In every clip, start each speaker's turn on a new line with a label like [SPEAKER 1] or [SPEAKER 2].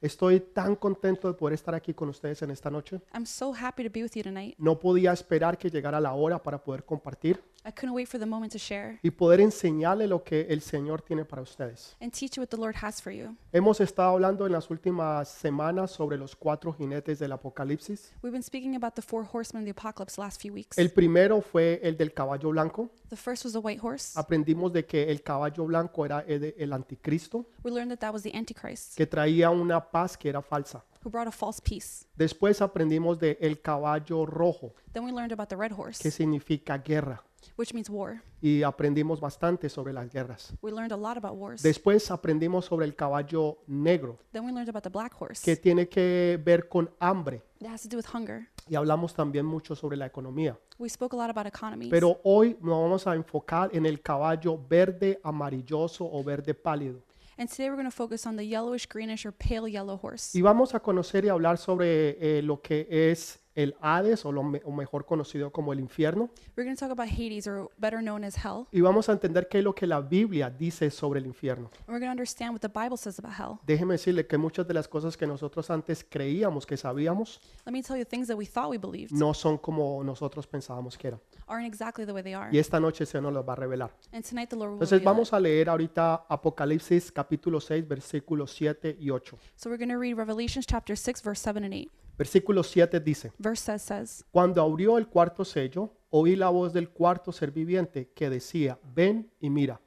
[SPEAKER 1] Estoy tan contento de poder estar aquí con ustedes en esta noche.
[SPEAKER 2] I'm so happy to be with you tonight.
[SPEAKER 1] No podía esperar que llegara la hora para poder compartir
[SPEAKER 2] I couldn't wait for the moment to share
[SPEAKER 1] y poder enseñarle lo que el Señor tiene para ustedes.
[SPEAKER 2] and teach you what the Lord has for you.
[SPEAKER 1] Hemos estado hablando en las últimas semanas sobre los cuatro jinetes del Apocalipsis.
[SPEAKER 2] We've been speaking about the four horsemen of the apocalypse the last few weeks.
[SPEAKER 1] El primero fue el del caballo blanco.
[SPEAKER 2] The first was the white horse.
[SPEAKER 1] Aprendimos de que el caballo blanco era el, el anticristo,
[SPEAKER 2] We learned that that was the Antichrist
[SPEAKER 1] que traía una paz que era falsa.
[SPEAKER 2] who brought a false peace.
[SPEAKER 1] Después aprendimos de el caballo rojo,
[SPEAKER 2] Then we learned about the red horse,
[SPEAKER 1] que significa guerra,
[SPEAKER 2] which means war.
[SPEAKER 1] y aprendimos bastante sobre las guerras.
[SPEAKER 2] We learned a lot about wars.
[SPEAKER 1] Después aprendimos sobre el caballo negro,
[SPEAKER 2] Then we learned about the black horse.
[SPEAKER 1] que tiene que ver con hambre,
[SPEAKER 2] That has to do with hunger.
[SPEAKER 1] y hablamos también mucho sobre la economía.
[SPEAKER 2] We spoke a lot about economies.
[SPEAKER 1] Pero hoy nos vamos a enfocar en el caballo verde amarilloso o verde pálido.
[SPEAKER 2] And today we're going to focus on the yellowish, greenish, or pale yellow horse.
[SPEAKER 1] Y vamos a conocer y hablar sobre eh, lo que es el Hades o, lo me- o mejor conocido como el infierno.
[SPEAKER 2] We're going to talk about Hades, or better known as hell.
[SPEAKER 1] Y vamos a entender qué es lo que la Biblia dice sobre el infierno.
[SPEAKER 2] And we're going to understand what the Bible says about hell.
[SPEAKER 1] Déjeme decirle que muchas de las cosas que nosotros antes creíamos que sabíamos
[SPEAKER 2] Let me tell you, things that we thought we believed
[SPEAKER 1] no son como nosotros pensábamos que eran.
[SPEAKER 2] aren't exactly the way they are.
[SPEAKER 1] Y esta noche el Señor nos las va a revelar.
[SPEAKER 2] And tonight the Lord will
[SPEAKER 1] Entonces
[SPEAKER 2] reveal it.
[SPEAKER 1] vamos a leer ahorita Apocalipsis capítulo 6 versículos 7 y 8.
[SPEAKER 2] So we're going to read Revelations chapter 6, verse 7 and 8.
[SPEAKER 1] Versículo 7 dice.
[SPEAKER 2] Verse says, says,
[SPEAKER 1] Cuando abrió el cuarto sello, oí la voz del cuarto ser viviente que decía, ven y mira.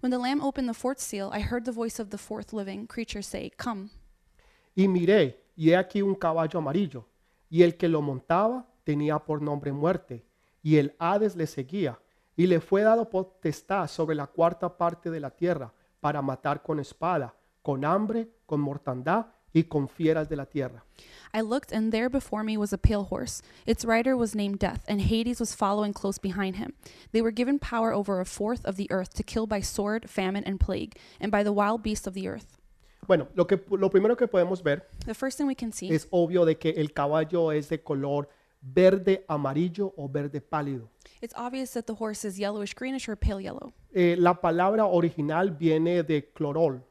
[SPEAKER 2] When the Lamb opened the fourth seal, I heard the voice of the fourth living creature say, Come.
[SPEAKER 1] Y miré, y he aquí un caballo amarillo, y el que lo montaba tenía por nombre muerte, y el Hades le seguía, y le fue dado potestad sobre la cuarta parte de la tierra, para matar con espada, con hambre, con mortandad y con fieras de la tierra.
[SPEAKER 2] I looked, and there before me was a pale horse. Its rider was named Death, and Hades was following close behind him. They were given power over a fourth of the earth to kill by sword, famine, and plague, and by the wild beasts of the earth.
[SPEAKER 1] Bueno, lo, que, lo primero que podemos ver
[SPEAKER 2] The first thing we can see
[SPEAKER 1] es obvio de que el caballo es de color verde amarillo o verde pálido.
[SPEAKER 2] it's obvious that the horse is yellowish, greenish, or pale yellow.
[SPEAKER 1] Eh, la palabra original viene de clorol,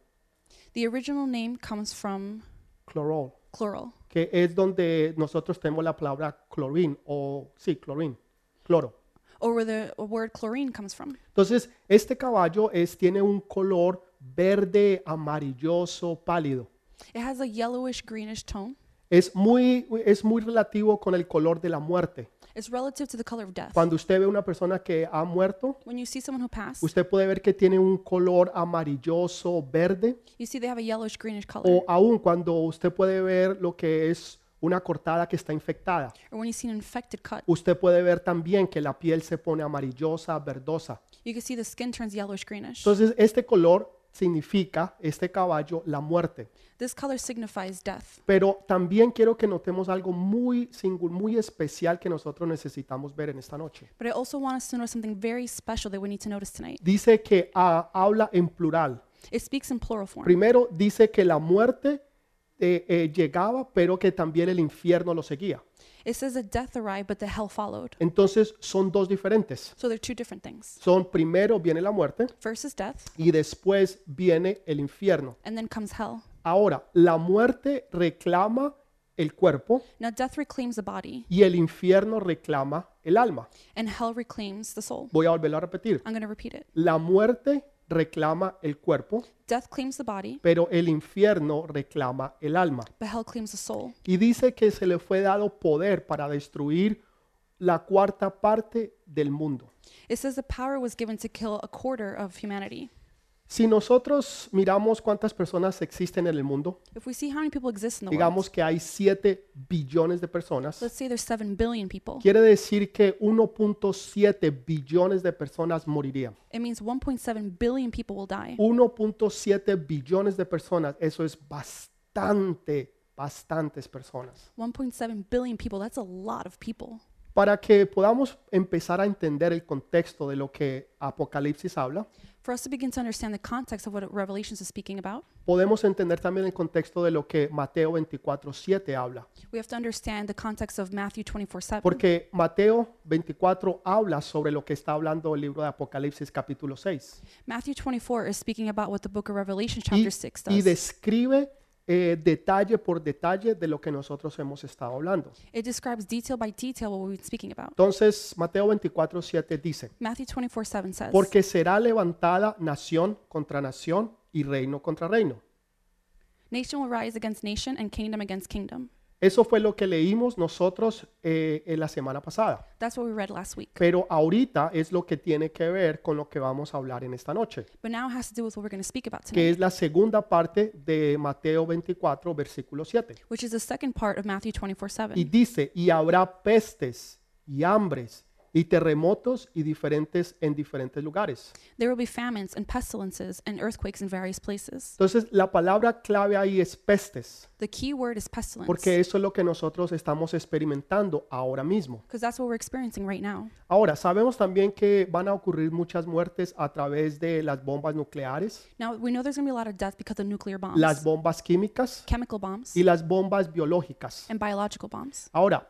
[SPEAKER 2] The original name comes from
[SPEAKER 1] clorol,
[SPEAKER 2] chloral,
[SPEAKER 1] que es donde nosotros tenemos la palabra clorín o sí, clorín, cloro.
[SPEAKER 2] or where the word chlorine comes from.
[SPEAKER 1] Entonces, este caballo es tiene un color verde amarilloso pálido.
[SPEAKER 2] It has a yellowish, greenish tone.
[SPEAKER 1] Es muy es muy relativo con el color de la muerte.
[SPEAKER 2] It's relative to the color of death.
[SPEAKER 1] Cuando usted ve una persona que ha muerto,
[SPEAKER 2] When you see someone who passed,
[SPEAKER 1] usted puede ver que tiene un color amarilloso verde
[SPEAKER 2] you see they have a yellowish, greenish color.
[SPEAKER 1] o aún cuando usted puede ver lo que es una cortada que está infectada.
[SPEAKER 2] Or when you see an infected cut,
[SPEAKER 1] usted puede ver también que la piel se pone amarillosa, verdosa.
[SPEAKER 2] you can see the skin turns yellowish, greenish.
[SPEAKER 1] Entonces, este color significa, este caballo, la muerte.
[SPEAKER 2] This color signifies death.
[SPEAKER 1] Pero también quiero que notemos algo muy singu- muy especial que nosotros necesitamos ver en esta noche.
[SPEAKER 2] But I also want us to notice something very special that we need to notice tonight.
[SPEAKER 1] Dice que ah, habla en plural.
[SPEAKER 2] It speaks in plural form.
[SPEAKER 1] Primero dice que la muerte eh, eh, llegaba, pero que también el infierno lo seguía.
[SPEAKER 2] It says that death arrived, but the hell followed.
[SPEAKER 1] Entonces, son dos diferentes.
[SPEAKER 2] So they're two different things.
[SPEAKER 1] Son primero viene la muerte
[SPEAKER 2] First is death,
[SPEAKER 1] y después viene el infierno.
[SPEAKER 2] and then comes hell.
[SPEAKER 1] Ahora, la muerte reclama el cuerpo
[SPEAKER 2] Now death reclaims the body,
[SPEAKER 1] y el infierno reclama el alma.
[SPEAKER 2] and hell reclaims the soul.
[SPEAKER 1] Voy a volverlo a repetir.
[SPEAKER 2] I'm going to repeat it.
[SPEAKER 1] La muerte reclama el cuerpo,
[SPEAKER 2] Death claims the body,
[SPEAKER 1] pero el infierno reclama el alma.
[SPEAKER 2] but hell claims the soul.
[SPEAKER 1] Y dice que se le fue dado poder para destruir la cuarta parte del mundo.
[SPEAKER 2] It says the power was given to kill a quarter of humanity.
[SPEAKER 1] Si nosotros miramos cuántas personas existen en el mundo,
[SPEAKER 2] If we see how many people exist in the world,
[SPEAKER 1] digamos que hay 7 billones de personas,
[SPEAKER 2] let's say there's 7 billion people.
[SPEAKER 1] quiere decir que 1.7 billones de personas morirían.
[SPEAKER 2] It means 1.7 billion people will die.
[SPEAKER 1] 1.7 billones de personas, eso es bastante, bastantes personas.
[SPEAKER 2] 1.7 billion people, that's a lot of people.
[SPEAKER 1] Para que podamos empezar a entender el contexto de lo que Apocalipsis habla,
[SPEAKER 2] For us to begin to understand the context of what Revelations is speaking about,
[SPEAKER 1] podemos entender también el contexto de lo que Mateo 24:7 habla,
[SPEAKER 2] we have to understand the context of Matthew 24 7.
[SPEAKER 1] porque Mateo 24 habla sobre lo que está hablando el libro de Apocalipsis capítulo 6
[SPEAKER 2] Matthew 24 is speaking about what the book of Revelation
[SPEAKER 1] y,
[SPEAKER 2] chapter 6
[SPEAKER 1] y
[SPEAKER 2] does.
[SPEAKER 1] describe eh, detalle por detalle de lo que nosotros hemos estado hablando.
[SPEAKER 2] It describes detail by detail what we've been speaking about.
[SPEAKER 1] Entonces, Mateo 24, 7 dice,
[SPEAKER 2] Matthew 24 7 says,
[SPEAKER 1] porque será levantada nación contra nación y reino contra reino.
[SPEAKER 2] Nation will rise against nation and kingdom against kingdom.
[SPEAKER 1] Eso fue lo que leímos nosotros eh, en la semana pasada,
[SPEAKER 2] That's what we read last week.
[SPEAKER 1] pero ahorita es lo que tiene que ver con lo que vamos a hablar en esta noche,
[SPEAKER 2] But now it has to do with what we're going to speak about
[SPEAKER 1] que
[SPEAKER 2] tonight,
[SPEAKER 1] es la segunda parte de Mateo 24, versículo 7.
[SPEAKER 2] which is the second part of Matthew 24 7.
[SPEAKER 1] Y dice, y habrá pestes y hambres y terremotos y diferentes en diferentes lugares.
[SPEAKER 2] There will be famines and pestilences and earthquakes in various places.
[SPEAKER 1] Entonces, la palabra clave ahí es pestes,
[SPEAKER 2] The key word is pestilence.
[SPEAKER 1] porque eso es lo que nosotros estamos experimentando ahora mismo.
[SPEAKER 2] because that's what we're experiencing right now.
[SPEAKER 1] Ahora, sabemos también que van a ocurrir muchas muertes a través de las bombas nucleares,
[SPEAKER 2] Now, we know there's going to be a lot of death because of nuclear bombs,
[SPEAKER 1] las bombas químicas
[SPEAKER 2] chemical bombs,
[SPEAKER 1] y las bombas biológicas.
[SPEAKER 2] and biological bombs.
[SPEAKER 1] Ahora,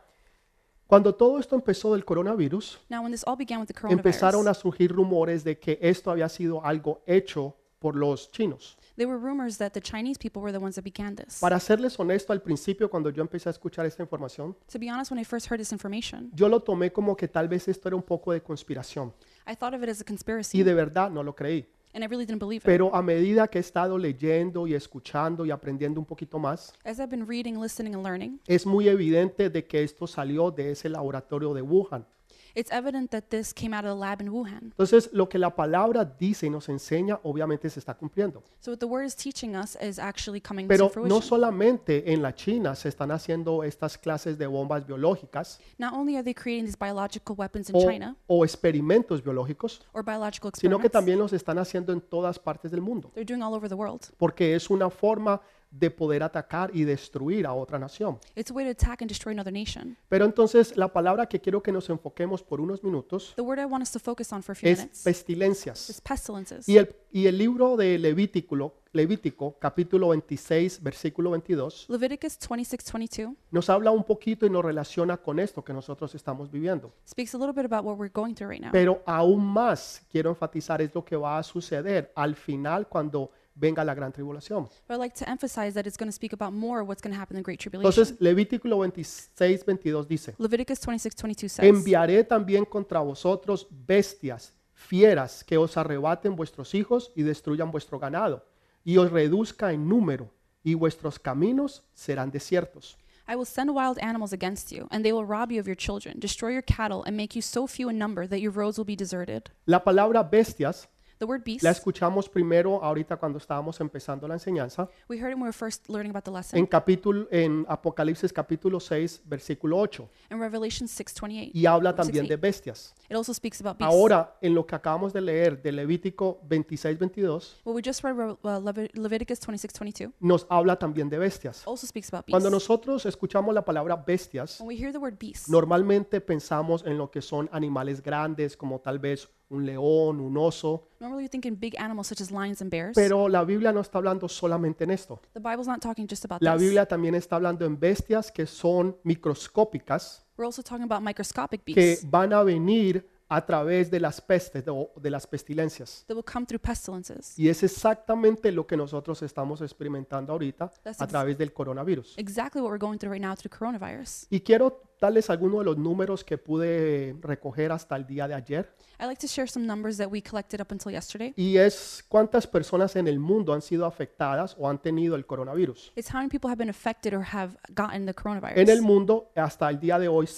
[SPEAKER 1] cuando todo esto empezó del coronavirus,
[SPEAKER 2] Now, when this all began with the coronavirus,
[SPEAKER 1] empezaron a surgir rumores de que esto había sido algo hecho por los chinos.
[SPEAKER 2] there were rumors that the Chinese people were the ones that began this.
[SPEAKER 1] Para serles honesto, al principio cuando yo empecé a escuchar esta información,
[SPEAKER 2] to be honest, when I first heard this information,
[SPEAKER 1] yo lo tomé como que tal vez esto era un poco de conspiración
[SPEAKER 2] I thought of it as a conspiracy,
[SPEAKER 1] y de verdad no lo creí.
[SPEAKER 2] and I really didn't believe it.
[SPEAKER 1] Pero a medida que he estado leyendo y escuchando y aprendiendo un poquito más,
[SPEAKER 2] As I've been reading, listening, and learning,
[SPEAKER 1] es muy evidente de que esto salió de ese laboratorio de Wuhan.
[SPEAKER 2] it's evident that this came out of the lab in Wuhan.
[SPEAKER 1] Entonces, lo que la palabra dice y nos enseña, obviamente se está cumpliendo.
[SPEAKER 2] So what the word is teaching us is actually coming to
[SPEAKER 1] Pero
[SPEAKER 2] fruition.
[SPEAKER 1] no solamente en la China se están haciendo estas clases de bombas biológicas
[SPEAKER 2] Not only are they creating these biological weapons in
[SPEAKER 1] o,
[SPEAKER 2] China
[SPEAKER 1] o experimentos biológicos,
[SPEAKER 2] or biological
[SPEAKER 1] sino
[SPEAKER 2] experiments,
[SPEAKER 1] que también los están haciendo en todas partes del mundo,
[SPEAKER 2] they're doing all over the world.
[SPEAKER 1] porque es una forma de poder atacar y destruir a otra nación.
[SPEAKER 2] It's a way to attack and destroy another nation.
[SPEAKER 1] Pero entonces la palabra que quiero que nos enfoquemos por unos minutos
[SPEAKER 2] The word I want us to focus on for a few
[SPEAKER 1] es
[SPEAKER 2] minutes is
[SPEAKER 1] pestilencias.
[SPEAKER 2] pestilences.
[SPEAKER 1] Y el, y el libro de Levítico, Levítico, capítulo 26, versículo 22,
[SPEAKER 2] Leviticus 26:22
[SPEAKER 1] nos habla un poquito y nos relaciona con esto que nosotros estamos viviendo.
[SPEAKER 2] speaks a little bit about what we're going through right now.
[SPEAKER 1] Pero aún más quiero enfatizar es lo que va a suceder al final cuando venga la gran tribulación.
[SPEAKER 2] But I'd like to emphasize that it's going to speak about more what's going to happen in the Great Tribulation.
[SPEAKER 1] Entonces, Levítico 26, 22 dice,
[SPEAKER 2] Leviticus 26:22 says,
[SPEAKER 1] enviaré también contra vosotros bestias, fieras, que os arrebaten vuestros hijos y destruyan vuestro ganado, y os reduzca en número, y vuestros caminos serán desiertos.
[SPEAKER 2] I will send wild animals against you, and they will rob you of your children, destroy your cattle, and make you so few in number that your roads will be deserted.
[SPEAKER 1] La palabra bestias
[SPEAKER 2] The word beast,
[SPEAKER 1] la escuchamos primero ahorita cuando estábamos empezando la enseñanza,
[SPEAKER 2] we heard it when we were first learning about the lesson
[SPEAKER 1] en, capítulo, en Apocalipsis capítulo 6, versículo 8,
[SPEAKER 2] in Revelation 6:28.
[SPEAKER 1] y habla también de bestias.
[SPEAKER 2] It also speaks about beasts.
[SPEAKER 1] Ahora, en lo que acabamos de leer de Levítico 26, 22,
[SPEAKER 2] What we just read, Re- uh, Levi- Leviticus 26:22,
[SPEAKER 1] nos habla también de bestias.
[SPEAKER 2] also speaks about beasts.
[SPEAKER 1] Cuando nosotros escuchamos la palabra bestias,
[SPEAKER 2] when we hear the word beast,
[SPEAKER 1] normalmente pensamos en lo que son animales grandes, como tal vez un león, un oso,
[SPEAKER 2] normally you're thinking big animals such as lions and bears.
[SPEAKER 1] pero la Biblia no está hablando solamente en esto.
[SPEAKER 2] the Bible's not talking just about
[SPEAKER 1] La
[SPEAKER 2] this.
[SPEAKER 1] Biblia también está hablando en bestias que son microscópicas,
[SPEAKER 2] We're also talking about microscopic
[SPEAKER 1] que
[SPEAKER 2] beasts
[SPEAKER 1] van a venir a través de las pestes o de las pestilencias.
[SPEAKER 2] that will come through pestilences.
[SPEAKER 1] Y es exactamente lo que nosotros estamos experimentando ahorita a través del coronavirus.
[SPEAKER 2] Exactly what we're going through right now through coronavirus.
[SPEAKER 1] Y quiero darles algunos de los números que pude recoger hasta el día de ayer.
[SPEAKER 2] I'd like to share some numbers that we collected up until yesterday.
[SPEAKER 1] Y es cuántas personas en el mundo han sido afectadas o han tenido el coronavirus.
[SPEAKER 2] It's how many people have been affected or have gotten the coronavirus.
[SPEAKER 1] En el mundo, hasta el día de hoy,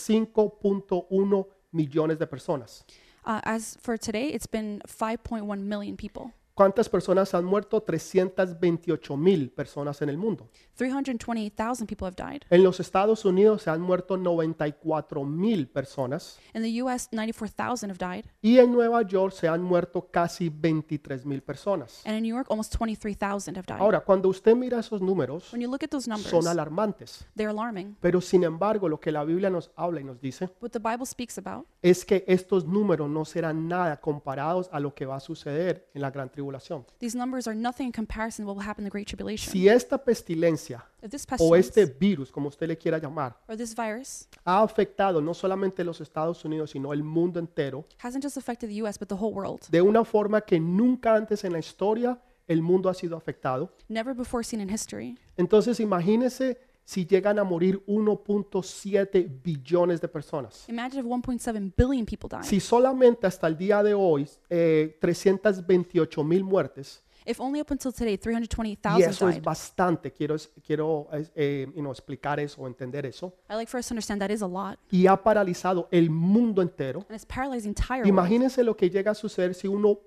[SPEAKER 1] 5.1 millones de personas.
[SPEAKER 2] uh, as for today, it's been 5.1 million people.
[SPEAKER 1] ¿Cuántas personas han muerto? 328 mil personas en el mundo.
[SPEAKER 2] 328,000 people have died.
[SPEAKER 1] En los Estados Unidos se han muerto 94 mil personas
[SPEAKER 2] In the U.S., 94,000 have died.
[SPEAKER 1] y en Nueva York se han muerto casi 23 mil personas.
[SPEAKER 2] And in New York, almost 23,000 have died.
[SPEAKER 1] Ahora, cuando usted mira esos números,
[SPEAKER 2] when you look at those numbers,
[SPEAKER 1] son alarmantes.
[SPEAKER 2] they're alarming.
[SPEAKER 1] Pero sin embargo, lo que la Biblia nos habla y nos dice
[SPEAKER 2] What the Bible speaks about
[SPEAKER 1] es que estos números no serán nada comparados a lo que va a suceder en la gran tribulación.
[SPEAKER 2] These numbers are nothing in comparison to what will happen in the Great Tribulation.
[SPEAKER 1] Si esta pestilencia
[SPEAKER 2] if this
[SPEAKER 1] o
[SPEAKER 2] pestilence
[SPEAKER 1] este virus, como usted le quiera llamar,
[SPEAKER 2] or this virus
[SPEAKER 1] ha afectado no solamente los Estados Unidos, sino el mundo entero,
[SPEAKER 2] hasn't just affected the U.S. but the whole world
[SPEAKER 1] de una forma que nunca antes en la historia el mundo ha sido afectado.
[SPEAKER 2] never before seen in history.
[SPEAKER 1] Entonces imagínense si llegan a morir 1.7 billones de personas.
[SPEAKER 2] Imagine if 1.7 billion people died.
[SPEAKER 1] Si solamente hasta el día de hoy eh, 328 mil muertes,
[SPEAKER 2] If only up until today,
[SPEAKER 1] y
[SPEAKER 2] 320,000
[SPEAKER 1] eso es
[SPEAKER 2] died.
[SPEAKER 1] bastante, quiero, es- quiero eh, eh, you know, explicar eso, o entender eso,
[SPEAKER 2] I like for us to understand that is a lot,
[SPEAKER 1] y ha paralizado el mundo entero.
[SPEAKER 2] and it's paralyzing entire world.
[SPEAKER 1] Imagínense lo que llega a suceder si uno-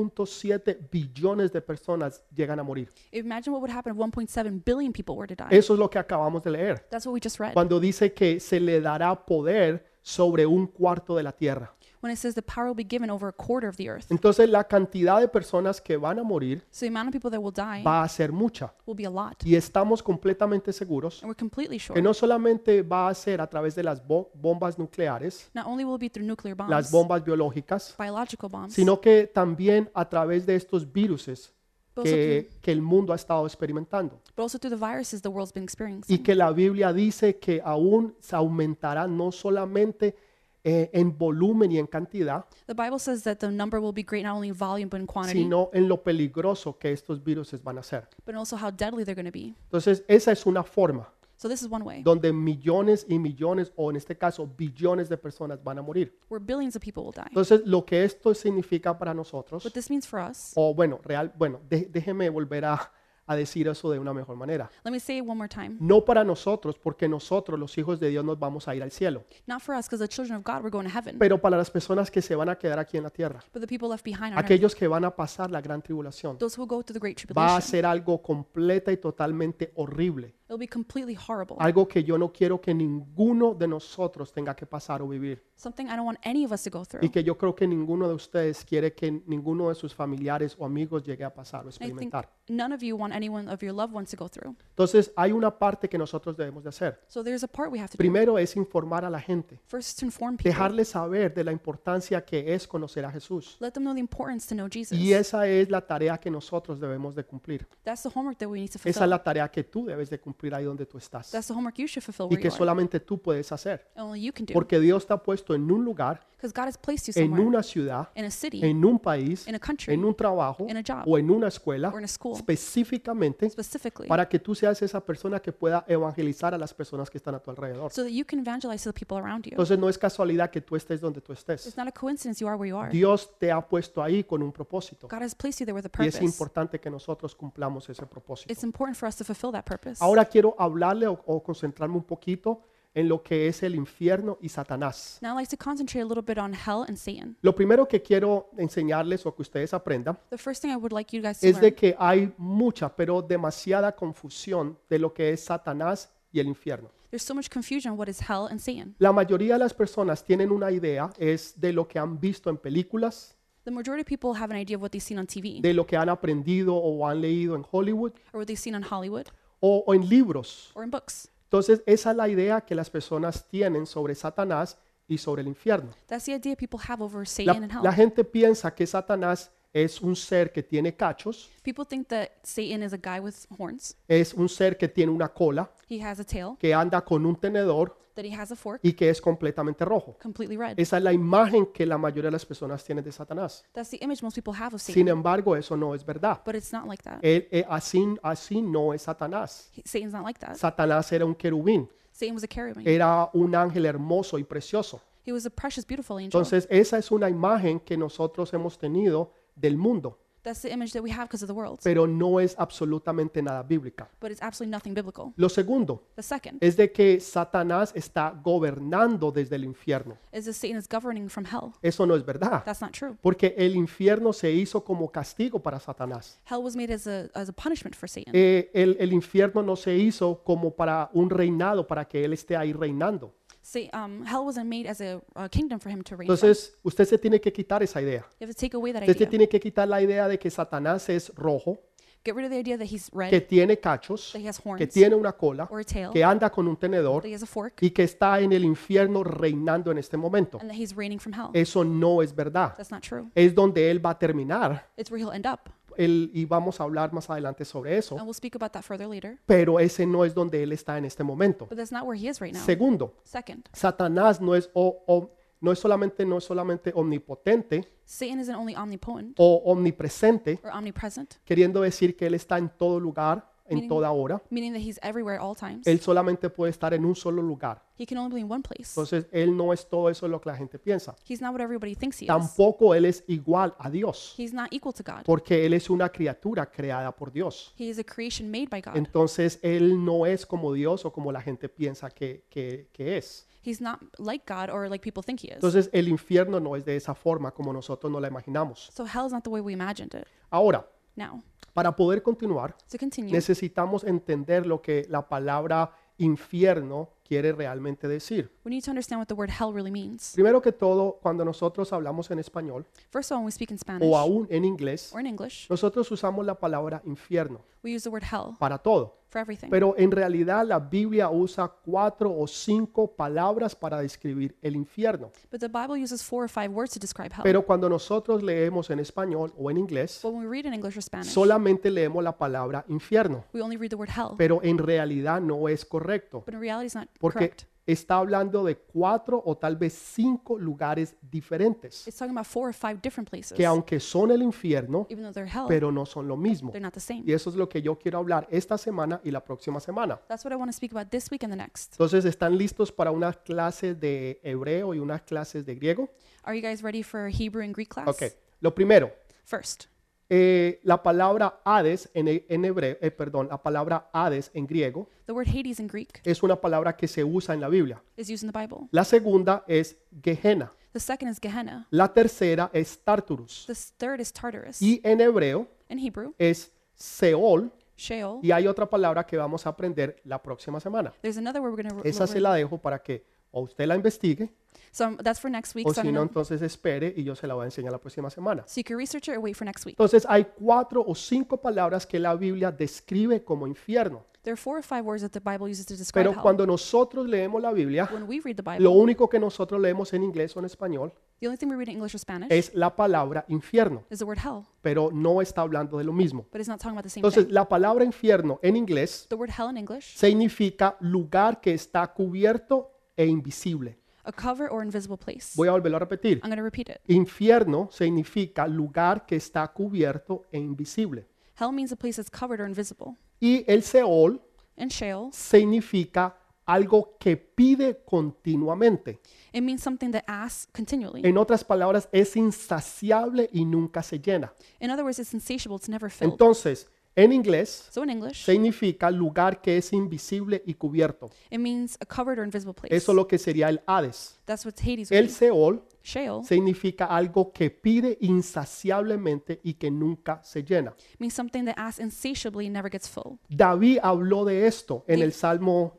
[SPEAKER 1] 1.7 billones de personas llegan a morir.
[SPEAKER 2] Imagine what would happen if 1.7 billion people were to die.
[SPEAKER 1] Eso es lo que acabamos de leer,
[SPEAKER 2] That's what we just read.
[SPEAKER 1] cuando dice que se le dará poder sobre un cuarto de la tierra.
[SPEAKER 2] When it says the power will be given over a quarter of the earth.
[SPEAKER 1] Entonces la cantidad de personas que van a morir
[SPEAKER 2] So the amount of people that will die
[SPEAKER 1] va a ser mucha.
[SPEAKER 2] will be a lot.
[SPEAKER 1] Y estamos completamente seguros
[SPEAKER 2] And we're completely sure.
[SPEAKER 1] que no solamente va a ser a través de las bo- bombas nucleares,
[SPEAKER 2] Not only will it be through nuclear
[SPEAKER 1] las
[SPEAKER 2] bombs,
[SPEAKER 1] bombas biológicas,
[SPEAKER 2] biological bombs,
[SPEAKER 1] sino que también a través de estos viruses
[SPEAKER 2] but, also through,
[SPEAKER 1] que, que el mundo ha estado experimentando.
[SPEAKER 2] but also through the viruses the world's been experiencing.
[SPEAKER 1] Y que la Biblia dice que aún se aumentará no solamente eh, en volumen y en cantidad,
[SPEAKER 2] The Bible says that the number will be great not only in volume but in quantity,
[SPEAKER 1] sino en lo peligroso que estos viruses van a ser.
[SPEAKER 2] but also how deadly they're going to be.
[SPEAKER 1] Entonces, esa es una forma
[SPEAKER 2] So this is one way
[SPEAKER 1] donde millones y millones, o en este caso, billones de personas van a morir.
[SPEAKER 2] where billions of people will die.
[SPEAKER 1] Entonces, lo que esto significa para nosotros,
[SPEAKER 2] What this means for us,
[SPEAKER 1] o bueno, real, bueno, dé- déjeme volver a, a decir eso de una mejor manera.
[SPEAKER 2] let me say it one more time.
[SPEAKER 1] No para nosotros, porque nosotros, los hijos de Dios, nos vamos a ir al cielo,
[SPEAKER 2] Not for us because the children of God, we're going to heaven,
[SPEAKER 1] pero para las personas que se van a quedar aquí en la tierra,
[SPEAKER 2] but the people left behind on earth,
[SPEAKER 1] aquellos que van a pasar la gran tribulación,
[SPEAKER 2] those who go through the great
[SPEAKER 1] va a
[SPEAKER 2] tribulation,
[SPEAKER 1] ser algo completa y totalmente horrible.
[SPEAKER 2] it'll be completely horrible.
[SPEAKER 1] algo que yo no quiero que ninguno de nosotros tenga que pasar o vivir
[SPEAKER 2] Something I don't want any of us to go
[SPEAKER 1] y
[SPEAKER 2] through.
[SPEAKER 1] que yo creo que ninguno de ustedes quiere que ninguno de sus familiares o amigos llegue a pasar o
[SPEAKER 2] I think
[SPEAKER 1] experimentar.
[SPEAKER 2] none of you want anyone of your loved ones to go through.
[SPEAKER 1] Entonces, hay una parte que nosotros debemos de hacer.
[SPEAKER 2] So there's a part we have to do.
[SPEAKER 1] Primero es informar a la gente,
[SPEAKER 2] First, is to inform people.
[SPEAKER 1] dejarles saber de la importancia que es conocer a Jesús.
[SPEAKER 2] Let them know the importance to know Jesus.
[SPEAKER 1] Y esa es la tarea que nosotros debemos de cumplir.
[SPEAKER 2] That's the homework that we need to
[SPEAKER 1] Esa es
[SPEAKER 2] fulfill.
[SPEAKER 1] la tarea que tú debes de cumplir ahí donde tú estás
[SPEAKER 2] That's the homework you should fulfill
[SPEAKER 1] y
[SPEAKER 2] where
[SPEAKER 1] que
[SPEAKER 2] you are.
[SPEAKER 1] solamente tú puedes hacer,
[SPEAKER 2] Only you can do.
[SPEAKER 1] porque Dios te ha puesto en un lugar,
[SPEAKER 2] Because God has placed you
[SPEAKER 1] en
[SPEAKER 2] somewhere.
[SPEAKER 1] una ciudad,
[SPEAKER 2] In a city,
[SPEAKER 1] en un país,
[SPEAKER 2] in a country,
[SPEAKER 1] en un trabajo
[SPEAKER 2] in a job,
[SPEAKER 1] o en una escuela
[SPEAKER 2] or in a school,
[SPEAKER 1] específicamente
[SPEAKER 2] specifically,
[SPEAKER 1] para que tú seas esa persona que pueda evangelizar a las personas que están a tu alrededor.
[SPEAKER 2] so that you can evangelize to the people around you.
[SPEAKER 1] Entonces no es casualidad que tú estés donde tú estés.
[SPEAKER 2] It's not a coincidence you are where you are.
[SPEAKER 1] Dios te ha puesto ahí con un propósito
[SPEAKER 2] God has placed you there with a
[SPEAKER 1] y es
[SPEAKER 2] purpose.
[SPEAKER 1] importante que nosotros cumplamos ese propósito.
[SPEAKER 2] It's important for us to fulfill that purpose.
[SPEAKER 1] Ahora quiero hablarle o, o concentrarme un poquito en lo que es el infierno y Satanás.
[SPEAKER 2] Now I'd like to concentrate a little bit on hell and Satan.
[SPEAKER 1] Lo primero que quiero enseñarles o que ustedes aprendan
[SPEAKER 2] The first thing I would like you guys to
[SPEAKER 1] es de
[SPEAKER 2] learn
[SPEAKER 1] que hay mucha, pero demasiada confusión de lo que es Satanás y el infierno.
[SPEAKER 2] there's so much confusion on what is hell and Satan.
[SPEAKER 1] La mayoría de las personas tienen una idea es de lo que han visto en películas,
[SPEAKER 2] The majority of people have an idea of what they've seen on TV
[SPEAKER 1] de lo que han aprendido o han leído en Hollywood
[SPEAKER 2] or what they've seen on Hollywood
[SPEAKER 1] o, o en libros.
[SPEAKER 2] or in books.
[SPEAKER 1] Entonces, esa es la idea que las personas tienen sobre Satanás y sobre el infierno.
[SPEAKER 2] That's the idea people have over
[SPEAKER 1] La,
[SPEAKER 2] Satan and
[SPEAKER 1] la
[SPEAKER 2] hell.
[SPEAKER 1] gente piensa que Satanás es un ser que tiene cachos,
[SPEAKER 2] People think that Satan is a guy with horns,
[SPEAKER 1] es un ser que tiene una cola,
[SPEAKER 2] he has a tail,
[SPEAKER 1] que anda con un tenedor
[SPEAKER 2] that he has a fork,
[SPEAKER 1] y que es completamente rojo.
[SPEAKER 2] completely red.
[SPEAKER 1] Esa es la imagen que la mayoría de las personas tienen de Satanás.
[SPEAKER 2] That's the image most people have of
[SPEAKER 1] Sin
[SPEAKER 2] Satan,
[SPEAKER 1] embargo, eso no es verdad.
[SPEAKER 2] but it's not like that.
[SPEAKER 1] Él, eh, así, así no es Satanás.
[SPEAKER 2] He- Satan's not like that.
[SPEAKER 1] Satanás era un querubín,
[SPEAKER 2] Satan was a cherubim.
[SPEAKER 1] era un ángel hermoso y precioso.
[SPEAKER 2] He was a precious, beautiful angel.
[SPEAKER 1] Entonces, esa es una imagen que nosotros hemos tenido del mundo,
[SPEAKER 2] That's the image that we have because of the world,
[SPEAKER 1] pero no es absolutamente nada bíblica.
[SPEAKER 2] but it's absolutely nothing biblical.
[SPEAKER 1] Lo segundo
[SPEAKER 2] The second
[SPEAKER 1] es de que Satanás está gobernando desde el infierno.
[SPEAKER 2] is that Satan is governing from hell.
[SPEAKER 1] Eso no es verdad,
[SPEAKER 2] That's not true.
[SPEAKER 1] porque el infierno se hizo como castigo para Satanás.
[SPEAKER 2] Hell was made as a, as a punishment for Satan.
[SPEAKER 1] Eh, el, el infierno no se hizo como para un reinado, para que él esté ahí reinando.
[SPEAKER 2] Sa- um, hell wasn't made as a, a kingdom for him to reign. from.
[SPEAKER 1] Entonces, usted se tiene que quitar esa idea.
[SPEAKER 2] You have to take away that
[SPEAKER 1] Usted se
[SPEAKER 2] idea.
[SPEAKER 1] tiene que quitar la idea de que Satanás es rojo,
[SPEAKER 2] Get rid of the idea that he's red,
[SPEAKER 1] que tiene cachos,
[SPEAKER 2] that he has
[SPEAKER 1] que
[SPEAKER 2] horns
[SPEAKER 1] tiene una cola,
[SPEAKER 2] or a tail,
[SPEAKER 1] que
[SPEAKER 2] that
[SPEAKER 1] anda con un tenedor
[SPEAKER 2] he has a fork,
[SPEAKER 1] y que está en el infierno reinando en este momento.
[SPEAKER 2] and that he's reigning from hell.
[SPEAKER 1] Eso no es verdad.
[SPEAKER 2] That's not true.
[SPEAKER 1] Es donde él va a terminar
[SPEAKER 2] It's where he'll end up.
[SPEAKER 1] él- y vamos a hablar más adelante sobre eso,
[SPEAKER 2] And we'll speak about that further later.
[SPEAKER 1] pero ese no es donde él está en este momento.
[SPEAKER 2] But that's not where he is right now.
[SPEAKER 1] Segundo,
[SPEAKER 2] Second,
[SPEAKER 1] Satanás no es o- o- no es solamente, no es solamente omnipotente
[SPEAKER 2] Satan isn't only omnipotent
[SPEAKER 1] o omnipresente,
[SPEAKER 2] or omnipresent,
[SPEAKER 1] queriendo decir que Él está en todo lugar, en
[SPEAKER 2] Meaning-
[SPEAKER 1] toda hora.
[SPEAKER 2] meaning that he's everywhere at all times.
[SPEAKER 1] Él solamente puede estar en un solo lugar.
[SPEAKER 2] He can only be in one place.
[SPEAKER 1] Entonces, Él no es todo eso lo que la gente piensa.
[SPEAKER 2] He's not what everybody thinks he is.
[SPEAKER 1] Tampoco Él es igual a Dios,
[SPEAKER 2] He's not equal to God.
[SPEAKER 1] porque Él es una criatura creada por Dios.
[SPEAKER 2] He is a creation made by God.
[SPEAKER 1] Entonces, Él no es como Dios o como la gente piensa que, que- que es.
[SPEAKER 2] He's not like God or like people think he is.
[SPEAKER 1] Entonces, el infierno no es de esa forma como nosotros no la imaginamos.
[SPEAKER 2] So hell is not the way we imagined it.
[SPEAKER 1] Ahora,
[SPEAKER 2] Now,
[SPEAKER 1] para poder continuar,
[SPEAKER 2] to continue,
[SPEAKER 1] necesitamos entender lo que la palabra infierno quiere realmente decir.
[SPEAKER 2] we need to understand what the word hell really means.
[SPEAKER 1] Primero que todo, cuando nosotros hablamos en español
[SPEAKER 2] First of all, when we speak in Spanish
[SPEAKER 1] o aún en inglés,
[SPEAKER 2] or in English,
[SPEAKER 1] nosotros usamos la palabra infierno
[SPEAKER 2] we use the word hell
[SPEAKER 1] para todo.
[SPEAKER 2] for everything.
[SPEAKER 1] Pero en realidad la Biblia usa cuatro o cinco palabras para describir el infierno.
[SPEAKER 2] But the Bible uses four or five words to describe hell.
[SPEAKER 1] Pero cuando nosotros leemos en español o en inglés,
[SPEAKER 2] But when we read in English or Spanish,
[SPEAKER 1] solamente leemos la palabra infierno.
[SPEAKER 2] we only read the word hell.
[SPEAKER 1] Pero en realidad no es correcto.
[SPEAKER 2] But in reality, it's not
[SPEAKER 1] Porque
[SPEAKER 2] correct.
[SPEAKER 1] está hablando de cuatro o tal vez cinco lugares diferentes.
[SPEAKER 2] It's talking about four or five different places.
[SPEAKER 1] Que aunque son el infierno,
[SPEAKER 2] Even though they're hell,
[SPEAKER 1] pero no son lo mismo.
[SPEAKER 2] they're not the same.
[SPEAKER 1] Y eso es lo que yo quiero hablar esta semana y la próxima semana.
[SPEAKER 2] That's what I want to speak about this week and the next.
[SPEAKER 1] Entonces, ¿están listos para unas clases de hebreo y unas clases de griego?
[SPEAKER 2] Are you guys ready for Hebrew and Greek class?
[SPEAKER 1] Ok, lo primero,
[SPEAKER 2] First,
[SPEAKER 1] eh, la palabra Hades en, he- en hebreo, eh, perdón, la palabra Hades en griego
[SPEAKER 2] the word Hades in Greek
[SPEAKER 1] es una palabra que se usa en la Biblia.
[SPEAKER 2] is used in the Bible.
[SPEAKER 1] La segunda es Gehenna.
[SPEAKER 2] The second is Gehenna.
[SPEAKER 1] La tercera es Tartarus.
[SPEAKER 2] The s- third is Tartarus.
[SPEAKER 1] Y en hebreo
[SPEAKER 2] in Hebrew,
[SPEAKER 1] es Seol.
[SPEAKER 2] Sheol.
[SPEAKER 1] Y hay otra palabra que vamos a aprender la próxima semana.
[SPEAKER 2] There's another word we're going
[SPEAKER 1] Esa se
[SPEAKER 2] to.
[SPEAKER 1] la dejo para que o usted la investigue
[SPEAKER 2] So um, that's for next week.
[SPEAKER 1] o
[SPEAKER 2] so, I'm
[SPEAKER 1] Oh, si no,
[SPEAKER 2] gonna-
[SPEAKER 1] entonces espere y yo se la voy a enseñar la próxima semana.
[SPEAKER 2] so you can research it or wait for next week.
[SPEAKER 1] Entonces hay cuatro o cinco palabras que la Biblia describe como infierno.
[SPEAKER 2] There are four or five words that the Bible uses to describe
[SPEAKER 1] Pero
[SPEAKER 2] hell.
[SPEAKER 1] cuando nosotros leemos la Biblia,
[SPEAKER 2] when we read the Bible,
[SPEAKER 1] lo único que nosotros leemos en inglés o en español
[SPEAKER 2] the only thing we read in English or Spanish
[SPEAKER 1] es la palabra infierno,
[SPEAKER 2] is the word hell,
[SPEAKER 1] pero no está hablando de lo mismo.
[SPEAKER 2] but it's not talking about the same
[SPEAKER 1] Entonces,
[SPEAKER 2] thing.
[SPEAKER 1] la palabra infierno en inglés
[SPEAKER 2] The word hell in English,
[SPEAKER 1] significa lugar que está cubierto e invisible.
[SPEAKER 2] a cover or invisible place.
[SPEAKER 1] Voy a volverlo a repetir.
[SPEAKER 2] I'm going to repeat it.
[SPEAKER 1] Infierno significa lugar que está cubierto e invisible.
[SPEAKER 2] Hell means a place that's covered or invisible.
[SPEAKER 1] Y el Seol
[SPEAKER 2] And Sheol,
[SPEAKER 1] significa algo que pide continuamente.
[SPEAKER 2] it means something that asks continually.
[SPEAKER 1] En otras palabras, es insaciable y nunca se llena.
[SPEAKER 2] in other words, it's insatiable, it's never filled.
[SPEAKER 1] Entonces, en inglés
[SPEAKER 2] so in English,
[SPEAKER 1] significa lugar que es invisible y cubierto.
[SPEAKER 2] it means a covered or invisible place.
[SPEAKER 1] Eso es lo que sería el Hades.
[SPEAKER 2] that's what Hades
[SPEAKER 1] El
[SPEAKER 2] means.
[SPEAKER 1] Seol
[SPEAKER 2] Sheol
[SPEAKER 1] significa algo que pide insaciablemente y que nunca se llena.
[SPEAKER 2] means something that asks insatiably and never gets full.
[SPEAKER 1] David habló de esto en
[SPEAKER 2] Di-
[SPEAKER 1] el Salmo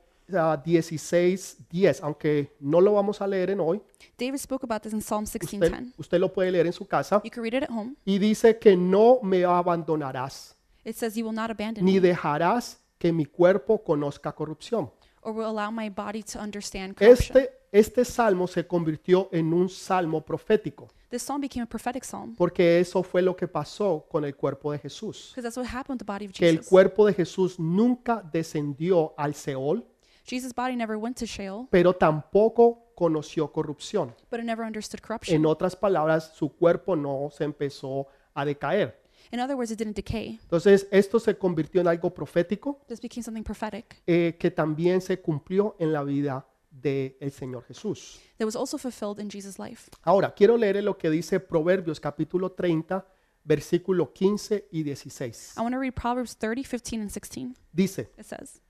[SPEAKER 1] 16, 10, aunque no lo vamos a leer en hoy.
[SPEAKER 2] David spoke about this in Psalm
[SPEAKER 1] Usted,
[SPEAKER 2] 16:10.
[SPEAKER 1] usted lo puede leer en su casa.
[SPEAKER 2] You can read it at home.
[SPEAKER 1] Y dice que no me abandonarás,
[SPEAKER 2] It says, "You will not abandon
[SPEAKER 1] ni
[SPEAKER 2] me,
[SPEAKER 1] dejarás que mi cuerpo conozca corrupción.
[SPEAKER 2] or will allow my body to understand corruption."
[SPEAKER 1] Este, este salmo se convirtió en un salmo profético,
[SPEAKER 2] This psalm became a prophetic psalm
[SPEAKER 1] porque eso fue lo que pasó con el cuerpo de Jesús.
[SPEAKER 2] because that's what happened with the body of
[SPEAKER 1] Que el
[SPEAKER 2] Jesus.
[SPEAKER 1] cuerpo de Jesús nunca descendió al Seol,
[SPEAKER 2] Jesus' body never went to Sheol,
[SPEAKER 1] pero tampoco conoció corrupción.
[SPEAKER 2] but it never understood corruption.
[SPEAKER 1] En otras palabras, su cuerpo no se empezó a decaer.
[SPEAKER 2] In other words, it didn't decay.
[SPEAKER 1] Entonces, esto se convirtió en algo profético
[SPEAKER 2] This became something prophetic
[SPEAKER 1] eh, que también se cumplió en la vida del Señor Jesús.
[SPEAKER 2] that was also fulfilled in Jesus' life.
[SPEAKER 1] Ahora, quiero leer lo que dice Proverbios capítulo 30, versículo 15 y 16.
[SPEAKER 2] I want to read Proverbs 30, 15, and 16.
[SPEAKER 1] Dice,
[SPEAKER 2] It says,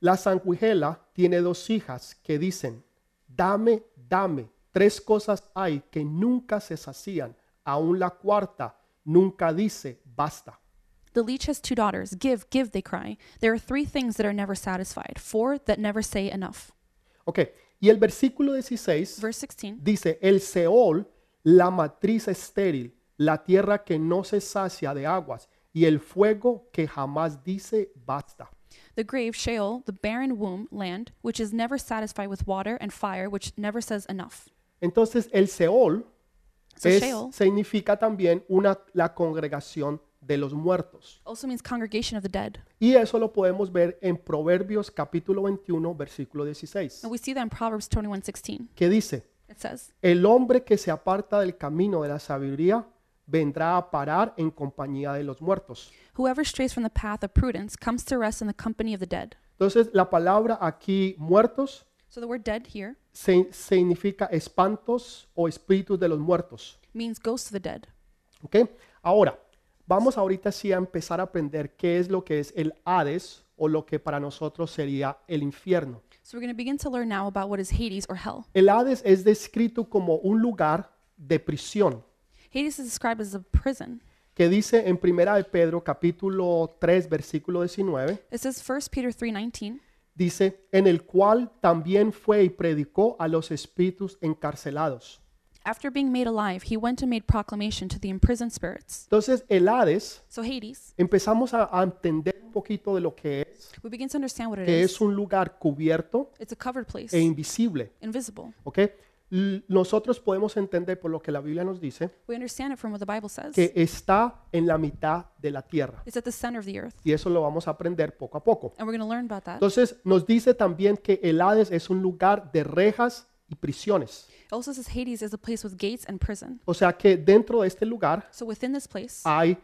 [SPEAKER 1] la sanguijela tiene dos hijas que dicen, dame, dame, tres cosas hay que nunca se sacían, aún la cuarta nunca dice, basta.
[SPEAKER 2] The leech has two daughters. Give, give, they cry. There are three things that are never satisfied, four that never say enough.
[SPEAKER 1] Ok, y el versículo 16
[SPEAKER 2] Verse 16
[SPEAKER 1] Dice, el Seol, la matriz estéril, la tierra que no se sacia de aguas y el fuego que jamás dice basta.
[SPEAKER 2] The grave, Sheol, the barren womb, land, which is never satisfied with water, and fire, which never says enough.
[SPEAKER 1] Entonces, el Seol
[SPEAKER 2] So
[SPEAKER 1] es-
[SPEAKER 2] Sheol
[SPEAKER 1] significa también una, la congregación de los muertos.
[SPEAKER 2] also means congregation of the dead.
[SPEAKER 1] Y eso lo podemos ver en Proverbios capítulo 21, versículo 16,
[SPEAKER 2] And we see that in Proverbs 21, 16.
[SPEAKER 1] que dice,
[SPEAKER 2] It It says,
[SPEAKER 1] El hombre que se aparta del camino de la sabiduría vendrá a parar en compañía de los muertos.
[SPEAKER 2] Whoever strays from the path of prudence comes to rest in the company of the dead.
[SPEAKER 1] Entonces la palabra aquí muertos
[SPEAKER 2] So the word dead here
[SPEAKER 1] se- significa espantos o espíritus de los muertos.
[SPEAKER 2] means ghosts of the dead.
[SPEAKER 1] ¿Ok? Ahora, vamos ahorita sí a empezar a aprender qué es lo que es el Hades o lo que para nosotros sería el infierno.
[SPEAKER 2] So we're going to begin to learn now about what is Hades or hell.
[SPEAKER 1] El Hades es descrito como un lugar de prisión,
[SPEAKER 2] Hades is described as a prison.
[SPEAKER 1] que dice en Primera de Pedro capítulo 3 versículo 19,
[SPEAKER 2] It says 1 Peter 3:19,
[SPEAKER 1] dice, en el cual también fue y predicó a los espíritus encarcelados.
[SPEAKER 2] after being made alive, he went and made proclamation to the imprisoned spirits.
[SPEAKER 1] Entonces, el Hades,
[SPEAKER 2] So Hades,
[SPEAKER 1] empezamos a, a entender un poquito de lo que es,
[SPEAKER 2] we begin to understand what it
[SPEAKER 1] que
[SPEAKER 2] is.
[SPEAKER 1] es un lugar cubierto
[SPEAKER 2] It's a covered place,
[SPEAKER 1] e invisible.
[SPEAKER 2] invisible.
[SPEAKER 1] ¿Ok? L- Nosotros podemos entender por lo que la Biblia nos dice
[SPEAKER 2] We understand it from what the Bible says.
[SPEAKER 1] que está en la mitad de la tierra.
[SPEAKER 2] It's at the center of the earth,
[SPEAKER 1] Y eso lo vamos a aprender poco a poco.
[SPEAKER 2] and we're going to learn about that. It
[SPEAKER 1] Entonces nos dice también que el Hades es un lugar de rejas y prisiones.
[SPEAKER 2] also says Hades is a place with gates and prison.
[SPEAKER 1] O sea que dentro de este lugar
[SPEAKER 2] So within this place,
[SPEAKER 1] hay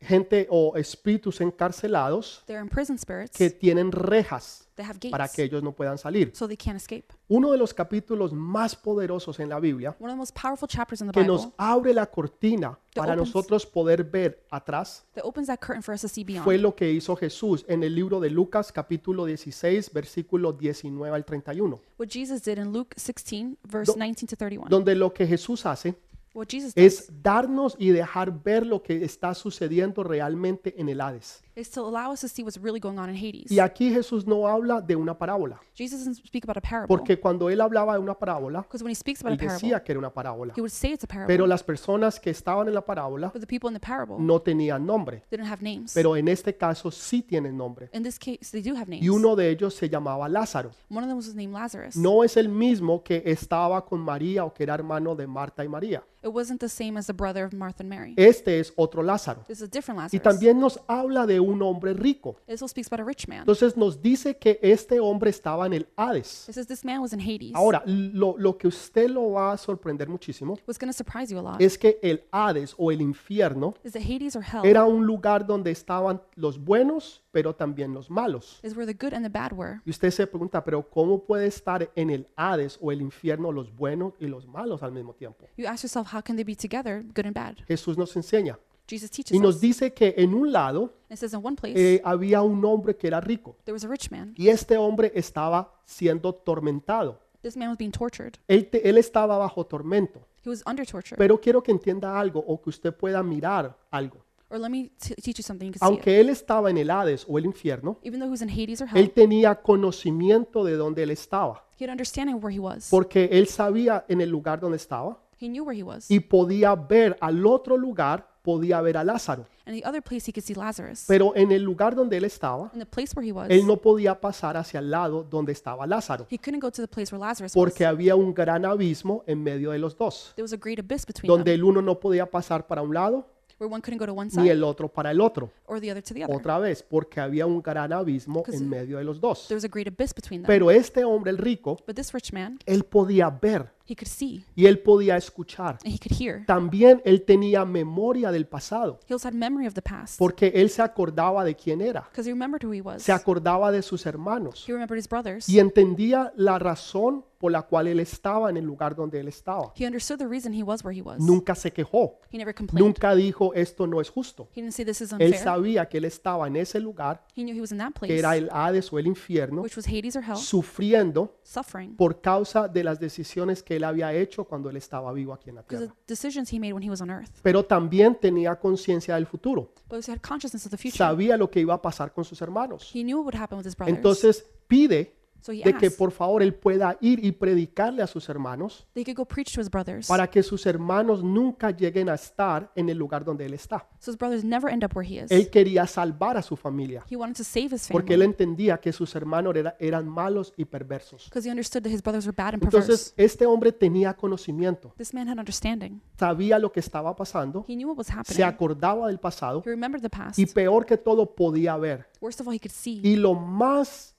[SPEAKER 1] gente o espíritus encarcelados
[SPEAKER 2] there are imprisoned spirits
[SPEAKER 1] que tienen rejas
[SPEAKER 2] that have
[SPEAKER 1] para
[SPEAKER 2] gates,
[SPEAKER 1] que ellos no puedan salir.
[SPEAKER 2] so they can't escape.
[SPEAKER 1] Uno de los capítulos más poderosos en la Biblia
[SPEAKER 2] One of the most powerful chapters in the
[SPEAKER 1] que nos
[SPEAKER 2] Bible
[SPEAKER 1] abre la cortina para
[SPEAKER 2] opens-
[SPEAKER 1] nosotros poder ver atrás
[SPEAKER 2] that opens that curtain for us to see
[SPEAKER 1] fue
[SPEAKER 2] beyond.
[SPEAKER 1] lo que hizo Jesús en el libro de Lucas capítulo 16 versículo 19 al 31,
[SPEAKER 2] What Jesus did in Luke 16, verse
[SPEAKER 1] Do-
[SPEAKER 2] 19 to 31.
[SPEAKER 1] donde lo que Jesús hace
[SPEAKER 2] What Jesus does
[SPEAKER 1] es darnos y dejar ver lo que está sucediendo realmente en el Hades.
[SPEAKER 2] is to allow us to see what's really going on in Hades.
[SPEAKER 1] Y aquí Jesús no habla de una parábola,
[SPEAKER 2] Jesus doesn't speak about a parable.
[SPEAKER 1] porque cuando él hablaba de una parábola,
[SPEAKER 2] Because when he speaks about a
[SPEAKER 1] él
[SPEAKER 2] parable,
[SPEAKER 1] decía que era una parábola,
[SPEAKER 2] he would say it's a parable.
[SPEAKER 1] pero las personas que estaban en la parábola
[SPEAKER 2] but the people in the parable
[SPEAKER 1] no tenían nombre,
[SPEAKER 2] didn't have names.
[SPEAKER 1] pero en este caso sí tienen nombre.
[SPEAKER 2] in this case, they do have names.
[SPEAKER 1] Y uno de ellos se llamaba Lázaro.
[SPEAKER 2] One of them was named Lazarus.
[SPEAKER 1] No es el mismo que estaba con María o que era hermano de Marta y María.
[SPEAKER 2] It wasn't the same as the brother of Martha and Mary.
[SPEAKER 1] Este es otro Lázaro.
[SPEAKER 2] This is a different
[SPEAKER 1] Eh, Y
[SPEAKER 2] Lazarus.
[SPEAKER 1] también nos habla de un hombre rico.
[SPEAKER 2] it also speaks about a rich man.
[SPEAKER 1] Entonces nos dice que este hombre estaba en el Hades.
[SPEAKER 2] It says this man was in Hades.
[SPEAKER 1] Ahora, lo, lo que usted lo va a sorprender muchísimo
[SPEAKER 2] What's going to surprise you a lot
[SPEAKER 1] es que el Hades o el infierno
[SPEAKER 2] is that Hades or hell
[SPEAKER 1] era un lugar donde estaban los buenos, pero también los malos.
[SPEAKER 2] is where the good and the bad were.
[SPEAKER 1] Y usted se pregunta, pero ¿cómo puede estar en el Hades o el infierno los buenos y los malos al mismo tiempo?
[SPEAKER 2] You ask yourself, how can they be together, good and bad?
[SPEAKER 1] Jesús nos enseña
[SPEAKER 2] Jesus
[SPEAKER 1] y
[SPEAKER 2] teaches us.
[SPEAKER 1] nos dice que en un lado
[SPEAKER 2] It says in one place,
[SPEAKER 1] eh, había un hombre que era rico.
[SPEAKER 2] there was a rich man.
[SPEAKER 1] Y este hombre estaba siendo tormentado.
[SPEAKER 2] This man was being tortured.
[SPEAKER 1] Él, te- él estaba bajo tormento.
[SPEAKER 2] He was under torture.
[SPEAKER 1] Pero quiero que entienda algo o que usted pueda mirar algo.
[SPEAKER 2] or let me t- teach you something you can see. It.
[SPEAKER 1] Aunque él estaba en el Hades o el infierno,
[SPEAKER 2] Even though he was in Hades or hell,
[SPEAKER 1] él tenía conocimiento de dónde él estaba,
[SPEAKER 2] he had understanding of where he was.
[SPEAKER 1] porque él sabía en el lugar donde estaba
[SPEAKER 2] he knew where he was.
[SPEAKER 1] y podía ver al otro lugar, podía ver a Lázaro.
[SPEAKER 2] and the other place he could see Lazarus.
[SPEAKER 1] Pero en el lugar donde él estaba,
[SPEAKER 2] in the place where he was,
[SPEAKER 1] él no podía pasar hacia el lado donde estaba Lázaro,
[SPEAKER 2] he couldn't go to the place where Lazarus was.
[SPEAKER 1] porque había un gran abismo en medio de los dos.
[SPEAKER 2] There was a great abyss between
[SPEAKER 1] donde
[SPEAKER 2] them,
[SPEAKER 1] el uno no podía pasar para un lado
[SPEAKER 2] where one couldn't go to one
[SPEAKER 1] ni
[SPEAKER 2] side
[SPEAKER 1] el otro para el otro.
[SPEAKER 2] or the other to the other.
[SPEAKER 1] Otra vez, porque había un gran abismo en medio de los dos.
[SPEAKER 2] There was a great abyss between them.
[SPEAKER 1] Pero este hombre, el rico,
[SPEAKER 2] but this rich man,
[SPEAKER 1] él podía ver
[SPEAKER 2] he could see
[SPEAKER 1] y él podía escuchar.
[SPEAKER 2] and he could hear.
[SPEAKER 1] También él tenía memoria del pasado,
[SPEAKER 2] He also had memory of the past
[SPEAKER 1] porque él se acordaba de quién era,
[SPEAKER 2] because he remembered who he was.
[SPEAKER 1] se acordaba de sus hermanos
[SPEAKER 2] He remembered his brothers.
[SPEAKER 1] y entendía la razón por la cual él estaba en el lugar donde él estaba.
[SPEAKER 2] He understood the reason he was where he was.
[SPEAKER 1] Nunca se quejó,
[SPEAKER 2] he never complained.
[SPEAKER 1] nunca dijo esto no es justo.
[SPEAKER 2] He didn't say this is
[SPEAKER 1] Él
[SPEAKER 2] unfair.
[SPEAKER 1] sabía que él estaba en ese lugar
[SPEAKER 2] He knew he was in that
[SPEAKER 1] que
[SPEAKER 2] place,
[SPEAKER 1] era el Hades o el infierno,
[SPEAKER 2] which was Hades or hell,
[SPEAKER 1] sufriendo
[SPEAKER 2] suffering
[SPEAKER 1] por causa de las decisiones que él había hecho cuando él estaba vivo aquí en la
[SPEAKER 2] because of
[SPEAKER 1] tierra.
[SPEAKER 2] decisions he made when he was on earth.
[SPEAKER 1] Pero también tenía conciencia del futuro,
[SPEAKER 2] But he had consciousness of the future.
[SPEAKER 1] sabía lo que iba a pasar con sus hermanos.
[SPEAKER 2] He knew what would happen with his brothers.
[SPEAKER 1] Entonces pide
[SPEAKER 2] so he
[SPEAKER 1] de que
[SPEAKER 2] asked
[SPEAKER 1] por favor él pueda ir y predicarle a sus hermanos
[SPEAKER 2] that he could go preach to his brothers
[SPEAKER 1] para que sus hermanos nunca lleguen a estar en el lugar donde él está.
[SPEAKER 2] so his brothers never end up where he is.
[SPEAKER 1] Él quería salvar a su familia
[SPEAKER 2] he wanted to save his
[SPEAKER 1] porque él
[SPEAKER 2] family
[SPEAKER 1] entendía que sus hermanos era- eran malos y perversos.
[SPEAKER 2] because he understood that his brothers were bad and perverse.
[SPEAKER 1] Entonces este hombre tenía conocimiento.
[SPEAKER 2] this man had understanding.
[SPEAKER 1] sabía lo que estaba pasando,
[SPEAKER 2] He knew what was happening.
[SPEAKER 1] se acordaba del pasado
[SPEAKER 2] he remembered the past.
[SPEAKER 1] y peor que todo podía ver.
[SPEAKER 2] Worst of all, he could see.
[SPEAKER 1] Y lo más,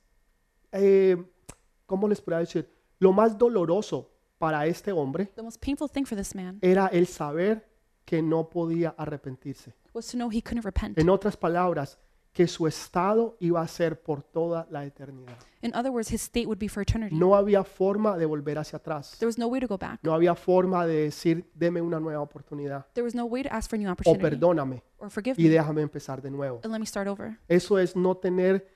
[SPEAKER 1] eh, ¿cómo les podría decir? Lo más doloroso para este hombre
[SPEAKER 2] The most painful thing for this man
[SPEAKER 1] era el saber que no podía arrepentirse.
[SPEAKER 2] was to know he couldn't repent.
[SPEAKER 1] En otras palabras, que su estado iba a ser por toda la eternidad.
[SPEAKER 2] In other words, his state would be for eternity.
[SPEAKER 1] No había forma de volver hacia atrás.
[SPEAKER 2] There was no way to go back.
[SPEAKER 1] No había forma de decir, deme una nueva oportunidad
[SPEAKER 2] There was no way to ask for a new
[SPEAKER 1] o
[SPEAKER 2] opportunity
[SPEAKER 1] perdóname
[SPEAKER 2] or forgive
[SPEAKER 1] y
[SPEAKER 2] me
[SPEAKER 1] déjame empezar de nuevo.
[SPEAKER 2] and let me start over.
[SPEAKER 1] Eso es no tener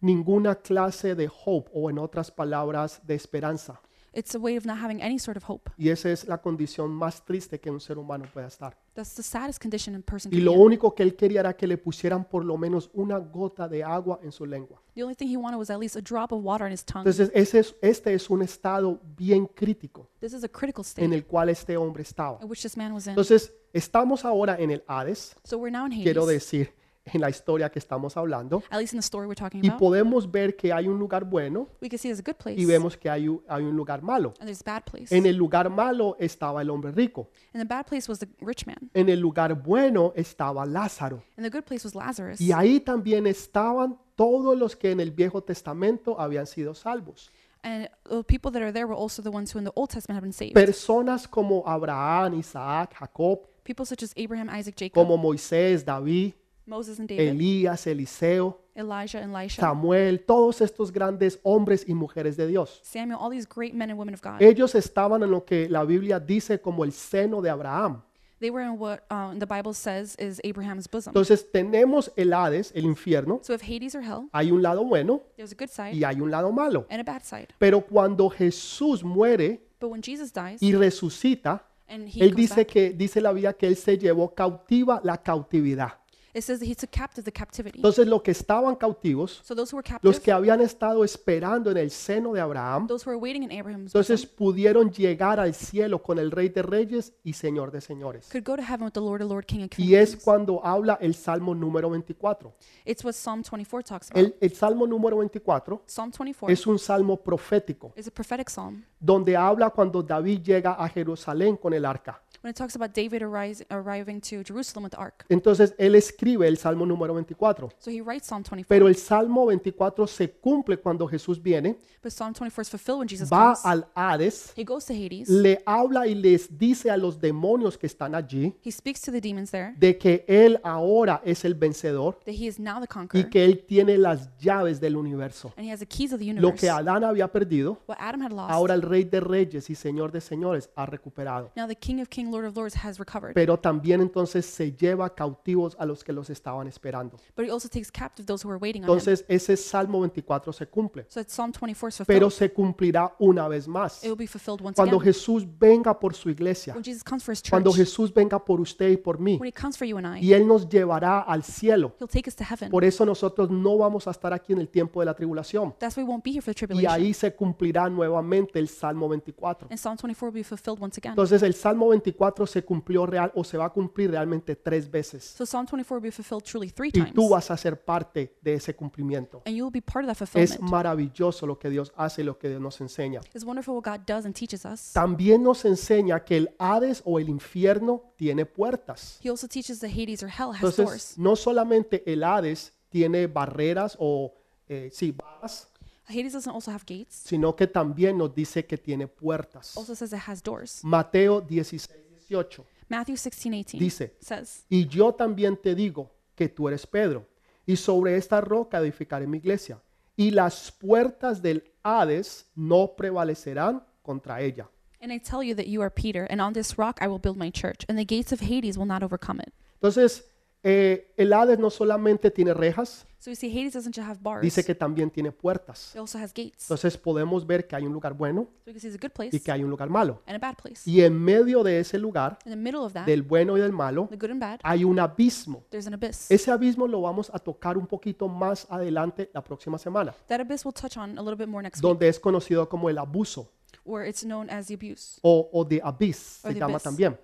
[SPEAKER 1] ninguna clase de hope o en otras palabras de esperanza.
[SPEAKER 2] It's a way of not having any sort of hope.
[SPEAKER 1] Y esa es la condición más triste que un ser humano pueda estar.
[SPEAKER 2] That's the saddest condition a person
[SPEAKER 1] Y
[SPEAKER 2] can
[SPEAKER 1] lo
[SPEAKER 2] be in.
[SPEAKER 1] único que él quería era que le pusieran por lo menos una gota de agua en su lengua.
[SPEAKER 2] The only thing he wanted was at least a drop of water in his tongue.
[SPEAKER 1] Entonces, ese es- este es un estado bien crítico
[SPEAKER 2] This is a critical
[SPEAKER 1] en
[SPEAKER 2] state
[SPEAKER 1] el cual este hombre estaba.
[SPEAKER 2] in which this man was in.
[SPEAKER 1] Entonces, estamos ahora en el Hades,
[SPEAKER 2] So we're now in
[SPEAKER 1] quiero
[SPEAKER 2] Hades,
[SPEAKER 1] decir, en la historia que estamos hablando,
[SPEAKER 2] at least in the story we're talking
[SPEAKER 1] y
[SPEAKER 2] about.
[SPEAKER 1] podemos ver que hay un lugar bueno
[SPEAKER 2] We can see there's a good place
[SPEAKER 1] y
[SPEAKER 2] and
[SPEAKER 1] vemos que hay un, hay un lugar malo.
[SPEAKER 2] there's a bad place.
[SPEAKER 1] En el lugar malo estaba el hombre rico,
[SPEAKER 2] And the bad place was the rich man.
[SPEAKER 1] en el lugar bueno estaba Lázaro.
[SPEAKER 2] And the good place was Lazarus.
[SPEAKER 1] Y ahí también estaban todos los que en el Viejo Testamento habían sido salvos.
[SPEAKER 2] And the people that are there were also the ones who in the Old Testament have been saved.
[SPEAKER 1] Personas como Abraham, Isaac, Jacob,
[SPEAKER 2] People such as Abraham, Isaac, Jacob,
[SPEAKER 1] como Moisés, David,
[SPEAKER 2] Moses and David,
[SPEAKER 1] Elías, Eliseo,
[SPEAKER 2] Elijah and Elisha,
[SPEAKER 1] Samuel, todos estos grandes hombres y mujeres de Dios.
[SPEAKER 2] Samuel, all these great men and women of God.
[SPEAKER 1] Ellos estaban en lo que la Biblia dice como el seno de Abraham.
[SPEAKER 2] They were in what uh, the Bible says is Abraham's bosom.
[SPEAKER 1] Entonces tenemos el Hades, el infierno.
[SPEAKER 2] So if Hades or hell,
[SPEAKER 1] Hay un lado bueno
[SPEAKER 2] there's a good side
[SPEAKER 1] y hay un lado malo.
[SPEAKER 2] and a bad side.
[SPEAKER 1] Pero cuando Jesús muere
[SPEAKER 2] But when Jesus dies
[SPEAKER 1] y resucita,
[SPEAKER 2] and he
[SPEAKER 1] él
[SPEAKER 2] comes
[SPEAKER 1] dice
[SPEAKER 2] back,
[SPEAKER 1] que dice la Biblia que él se llevó cautiva la cautividad.
[SPEAKER 2] it says that he took captive the captivity.
[SPEAKER 1] Entonces los que estaban cautivos,
[SPEAKER 2] So those who were
[SPEAKER 1] los
[SPEAKER 2] captive,
[SPEAKER 1] que habían estado esperando en el seno de Abraham,
[SPEAKER 2] those who were waiting in Abraham's
[SPEAKER 1] entonces
[SPEAKER 2] bosom,
[SPEAKER 1] pudieron llegar al cielo con el Rey de Reyes y Señor de Señores.
[SPEAKER 2] could go to heaven with the Lord, the Lord, King and
[SPEAKER 1] Y
[SPEAKER 2] King.
[SPEAKER 1] es cuando habla el Salmo número 24.
[SPEAKER 2] It's what Psalm 24 talks about.
[SPEAKER 1] El, el Salmo número 24
[SPEAKER 2] Psalm 24
[SPEAKER 1] es un salmo profético,
[SPEAKER 2] is a prophetic psalm
[SPEAKER 1] donde habla cuando David llega a Jerusalén con el arca.
[SPEAKER 2] when it talks about David arise, arriving to Jerusalem with the ark.
[SPEAKER 1] Entonces él escribe el Salmo número 24.
[SPEAKER 2] So he writes Psalm 24.
[SPEAKER 1] Pero el Salmo 24 se cumple cuando Jesús viene,
[SPEAKER 2] But Psalm 24 is fulfilled when Jesus
[SPEAKER 1] va
[SPEAKER 2] comes.
[SPEAKER 1] al Hades,
[SPEAKER 2] He goes to Hades.
[SPEAKER 1] le habla y les dice a los demonios que están allí
[SPEAKER 2] He speaks to the demons there
[SPEAKER 1] de que él ahora es el vencedor
[SPEAKER 2] that he is now the
[SPEAKER 1] y
[SPEAKER 2] conqueror
[SPEAKER 1] que él tiene las llaves del universo.
[SPEAKER 2] and he has the keys of the
[SPEAKER 1] Lo
[SPEAKER 2] universe.
[SPEAKER 1] que Adán había perdido,
[SPEAKER 2] What Adam had lost,
[SPEAKER 1] ahora el Rey de Reyes y Señor de Señores ha recuperado.
[SPEAKER 2] now the King of King, Lord of Lords has recovered.
[SPEAKER 1] Pero también entonces se lleva cautivos a los que los estaban esperando.
[SPEAKER 2] But he also takes captive those who are waiting on him.
[SPEAKER 1] Entonces ese Salmo 24 se cumple,
[SPEAKER 2] So that Psalm 24 is fulfilled.
[SPEAKER 1] pero se cumplirá una vez más.
[SPEAKER 2] it will be fulfilled once
[SPEAKER 1] Cuando
[SPEAKER 2] again.
[SPEAKER 1] Jesús venga por su iglesia,
[SPEAKER 2] When Jesus comes for his church,
[SPEAKER 1] cuando Jesús venga por usted y por mí,
[SPEAKER 2] when he comes for you and I,
[SPEAKER 1] y Él nos llevará al cielo.
[SPEAKER 2] he'll take us to heaven.
[SPEAKER 1] Por eso nosotros no vamos a estar aquí en el tiempo de la tribulación.
[SPEAKER 2] That's why we won't be here for the
[SPEAKER 1] Y
[SPEAKER 2] tribulation.
[SPEAKER 1] ahí se cumplirá nuevamente el Salmo 24.
[SPEAKER 2] and Psalm 24 will be fulfilled once again.
[SPEAKER 1] Entonces el Salmo 24 se cumplió real o se va a cumplir realmente tres veces.
[SPEAKER 2] so Psalm 24 will be fulfilled truly three
[SPEAKER 1] Y
[SPEAKER 2] times.
[SPEAKER 1] tú vas a ser parte de ese cumplimiento.
[SPEAKER 2] and you will be part of that fulfillment.
[SPEAKER 1] Es maravilloso lo que Dios hace y lo que Dios nos enseña.
[SPEAKER 2] it's wonderful what God does and teaches us.
[SPEAKER 1] También nos enseña que el Hades o el infierno tiene puertas.
[SPEAKER 2] He also teaches that Hades or hell has
[SPEAKER 1] Entonces
[SPEAKER 2] doors.
[SPEAKER 1] no solamente el Hades tiene barreras o eh, sí, barras,
[SPEAKER 2] Hades doesn't also have gates.
[SPEAKER 1] sino que también nos dice que tiene puertas.
[SPEAKER 2] Also says it has doors.
[SPEAKER 1] Mateo 16, 18
[SPEAKER 2] Matthew 16, 18
[SPEAKER 1] dice,
[SPEAKER 2] says,
[SPEAKER 1] y yo también te digo que tú eres Pedro, y sobre esta roca edificaré mi iglesia, y las puertas del Hades no prevalecerán contra ella.
[SPEAKER 2] And I tell you that you are Peter, and on this rock I will build my church, and the gates of Hades will not overcome it.
[SPEAKER 1] Entonces, eh, el Hades no solamente tiene rejas,
[SPEAKER 2] So you see, Hades doesn't just have bars.
[SPEAKER 1] dice que también tiene puertas.
[SPEAKER 2] it also has gates. So
[SPEAKER 1] Entonces podemos ver que hay un lugar bueno
[SPEAKER 2] you can see it's a good place
[SPEAKER 1] y que hay un lugar malo.
[SPEAKER 2] and a bad place.
[SPEAKER 1] Y en medio de ese lugar,
[SPEAKER 2] In the middle of that,
[SPEAKER 1] del bueno y del malo,
[SPEAKER 2] the good and bad,
[SPEAKER 1] hay un abismo.
[SPEAKER 2] there's an abyss.
[SPEAKER 1] Ese abismo lo vamos a tocar un poquito más adelante la próxima semana,
[SPEAKER 2] That abyss we'll touch on a little bit more next week,
[SPEAKER 1] donde es conocido como el abuso
[SPEAKER 2] where it's known as the abuse.
[SPEAKER 1] o, o the abyss, se
[SPEAKER 2] Or the
[SPEAKER 1] llama
[SPEAKER 2] abyss.
[SPEAKER 1] también.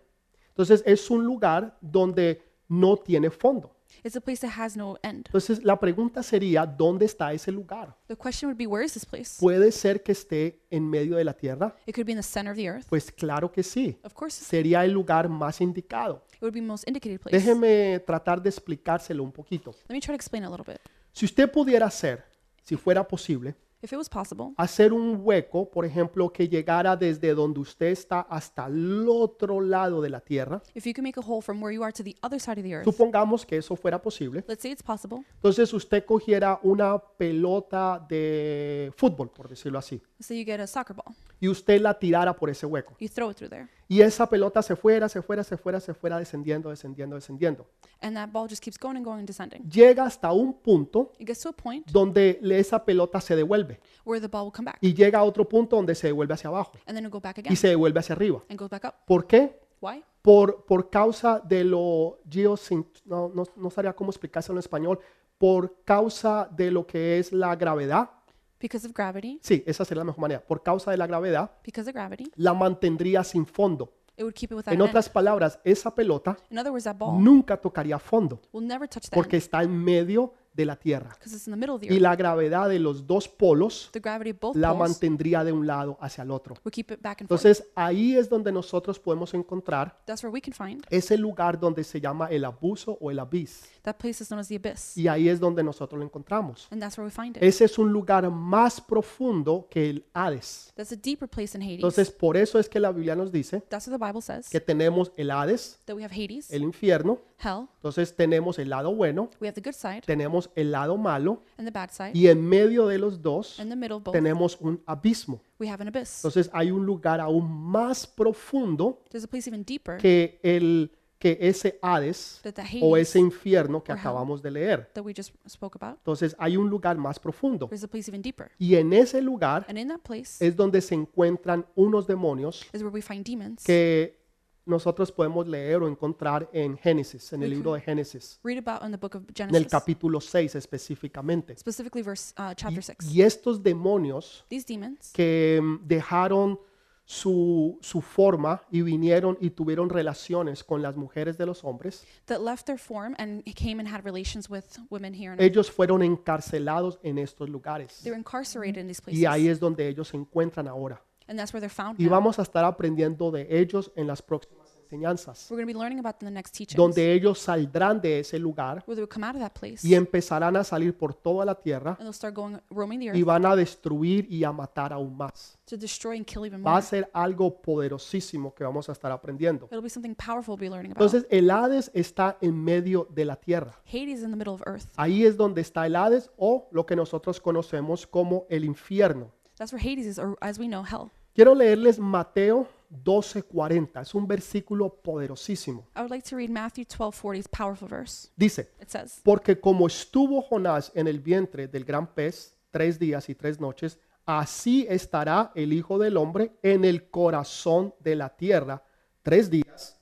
[SPEAKER 1] Entonces es un lugar donde no tiene fondo.
[SPEAKER 2] It's a place that has no end.
[SPEAKER 1] Entonces la pregunta sería, ¿dónde está ese lugar?
[SPEAKER 2] The question would be, where is this place?
[SPEAKER 1] ¿Puede ser que esté en medio de la tierra?
[SPEAKER 2] It could be in the center of the earth.
[SPEAKER 1] Pues claro que sí,
[SPEAKER 2] Of course,
[SPEAKER 1] sería el lugar más indicado.
[SPEAKER 2] it would be the most indicated place. Let
[SPEAKER 1] Déjeme tratar de explicárselo un poquito.
[SPEAKER 2] me try to explain it a little bit.
[SPEAKER 1] Si usted pudiera ser, si fuera posible,
[SPEAKER 2] If if it was possible,
[SPEAKER 1] hacer un hueco, por ejemplo, que llegara desde donde usted está hasta el otro lado de la tierra.
[SPEAKER 2] if you could make a hole from where you are to the other side of the earth,
[SPEAKER 1] Supongamos que eso fuera posible.
[SPEAKER 2] let's say it's possible.
[SPEAKER 1] Entonces usted cogiera una pelota de fútbol, por decirlo así,
[SPEAKER 2] So you get a soccer ball,
[SPEAKER 1] y usted la tirara por ese hueco.
[SPEAKER 2] you throw it through there,
[SPEAKER 1] Y esa pelota se fuera, se fuera, se fuera, se fuera, descendiendo, descendiendo, descendiendo.
[SPEAKER 2] and that ball just keeps going and going and descending.
[SPEAKER 1] Llega hasta un punto
[SPEAKER 2] It gets to a point
[SPEAKER 1] donde le- esa pelota se devuelve
[SPEAKER 2] where the ball will come back,
[SPEAKER 1] y llega a otro punto donde se devuelve hacia abajo
[SPEAKER 2] and then it'll go back
[SPEAKER 1] y
[SPEAKER 2] again
[SPEAKER 1] se devuelve hacia arriba.
[SPEAKER 2] and goes back up.
[SPEAKER 1] ¿Por qué?
[SPEAKER 2] Why?
[SPEAKER 1] Por, por causa de lo geosint... No, no, no sabría cómo explicárselo en español. Por causa de lo que es la gravedad.
[SPEAKER 2] Because of gravity.
[SPEAKER 1] Sí, esa sería la mejor manera. Por causa de la gravedad,
[SPEAKER 2] Because of gravity,
[SPEAKER 1] la mantendría sin fondo.
[SPEAKER 2] it would keep it without
[SPEAKER 1] En
[SPEAKER 2] an end.
[SPEAKER 1] otras palabras, esa pelota
[SPEAKER 2] In other words, that ball
[SPEAKER 1] nunca tocaría fondo
[SPEAKER 2] will never touch that
[SPEAKER 1] porque está en medio de la Tierra.
[SPEAKER 2] because it's in the middle of the
[SPEAKER 1] Y
[SPEAKER 2] earth.
[SPEAKER 1] la gravedad de los dos polos
[SPEAKER 2] The gravity of both
[SPEAKER 1] la
[SPEAKER 2] poles
[SPEAKER 1] mantendría de un lado hacia el otro.
[SPEAKER 2] will keep it back and forth.
[SPEAKER 1] Entonces, ahí es donde nosotros podemos encontrar
[SPEAKER 2] That's where we can find
[SPEAKER 1] ese lugar donde se llama el abuso o el abis.
[SPEAKER 2] that place is known as the abyss,
[SPEAKER 1] Y ahí es donde nosotros lo encontramos.
[SPEAKER 2] and that's where we find it.
[SPEAKER 1] Ese es un lugar más profundo que el Hades.
[SPEAKER 2] That's a deeper place in Hades.
[SPEAKER 1] Entonces, por eso es que la Biblia nos dice
[SPEAKER 2] That's what the Bible says
[SPEAKER 1] que tenemos el Hades,
[SPEAKER 2] that we have Hades,
[SPEAKER 1] el infierno.
[SPEAKER 2] hell,
[SPEAKER 1] Entonces, tenemos el lado bueno,
[SPEAKER 2] we have the good side
[SPEAKER 1] tenemos el lado malo
[SPEAKER 2] and the bad side.
[SPEAKER 1] y en medio de los dos
[SPEAKER 2] In the middle, both
[SPEAKER 1] tenemos un abismo.
[SPEAKER 2] we have an abyss.
[SPEAKER 1] Entonces, hay un lugar aún más profundo
[SPEAKER 2] There's a place even deeper
[SPEAKER 1] que el que ese Hades
[SPEAKER 2] that the
[SPEAKER 1] o ese
[SPEAKER 2] Hades
[SPEAKER 1] infierno que
[SPEAKER 2] or hell.
[SPEAKER 1] acabamos de leer.
[SPEAKER 2] that we just spoke about.
[SPEAKER 1] Entonces hay un lugar más profundo
[SPEAKER 2] There's a place even deeper,
[SPEAKER 1] y en ese lugar
[SPEAKER 2] and in that place
[SPEAKER 1] es donde se encuentran unos demonios
[SPEAKER 2] is where we find demons.
[SPEAKER 1] que nosotros podemos leer o encontrar en Génesis, en el libro de Génesis,
[SPEAKER 2] Read about in the book of
[SPEAKER 1] en el
[SPEAKER 2] Genesis,
[SPEAKER 1] capítulo 6 específicamente.
[SPEAKER 2] specifically verse uh,
[SPEAKER 1] Y,
[SPEAKER 2] chapter six.
[SPEAKER 1] y estos demonios
[SPEAKER 2] These demons
[SPEAKER 1] que mm, dejaron su, su forma y vinieron y tuvieron relaciones con las mujeres de los hombres,
[SPEAKER 2] that left their form and came and had relations with women here and
[SPEAKER 1] ellos fueron encarcelados en estos lugares.
[SPEAKER 2] they're incarcerated in these places
[SPEAKER 1] Y ahí es donde ellos se encuentran ahora.
[SPEAKER 2] and that's where they're found
[SPEAKER 1] Y
[SPEAKER 2] now.
[SPEAKER 1] vamos a estar aprendiendo de ellos en las próximas enseñanzas,
[SPEAKER 2] we're going to be learning about them in the next teaching
[SPEAKER 1] donde ellos saldrán de ese lugar
[SPEAKER 2] where they'll come out of that place
[SPEAKER 1] y empezarán a salir por toda la tierra
[SPEAKER 2] and they'll start going roaming the earth
[SPEAKER 1] y van a destruir y a matar aún más.
[SPEAKER 2] to destroy and kill even
[SPEAKER 1] Va
[SPEAKER 2] more
[SPEAKER 1] a ser algo poderosísimo que vamos a estar aprendiendo.
[SPEAKER 2] it'll be something powerful we'll be learning about
[SPEAKER 1] Entonces, el Hades está en medio de la tierra.
[SPEAKER 2] Hades in the middle of earth
[SPEAKER 1] Ahí es donde está el Hades o lo que nosotros conocemos como el infierno.
[SPEAKER 2] that's where Hades is or as we know hell
[SPEAKER 1] Quiero leerles Mateo 12:40. Es un versículo poderosísimo.
[SPEAKER 2] I would like to read Matthew 12:40's powerful verse
[SPEAKER 1] Dice,
[SPEAKER 2] it says
[SPEAKER 1] porque como estuvo Jonás en el vientre del gran pez tres días y tres noches, así estará el Hijo del Hombre en el corazón de la tierra tres días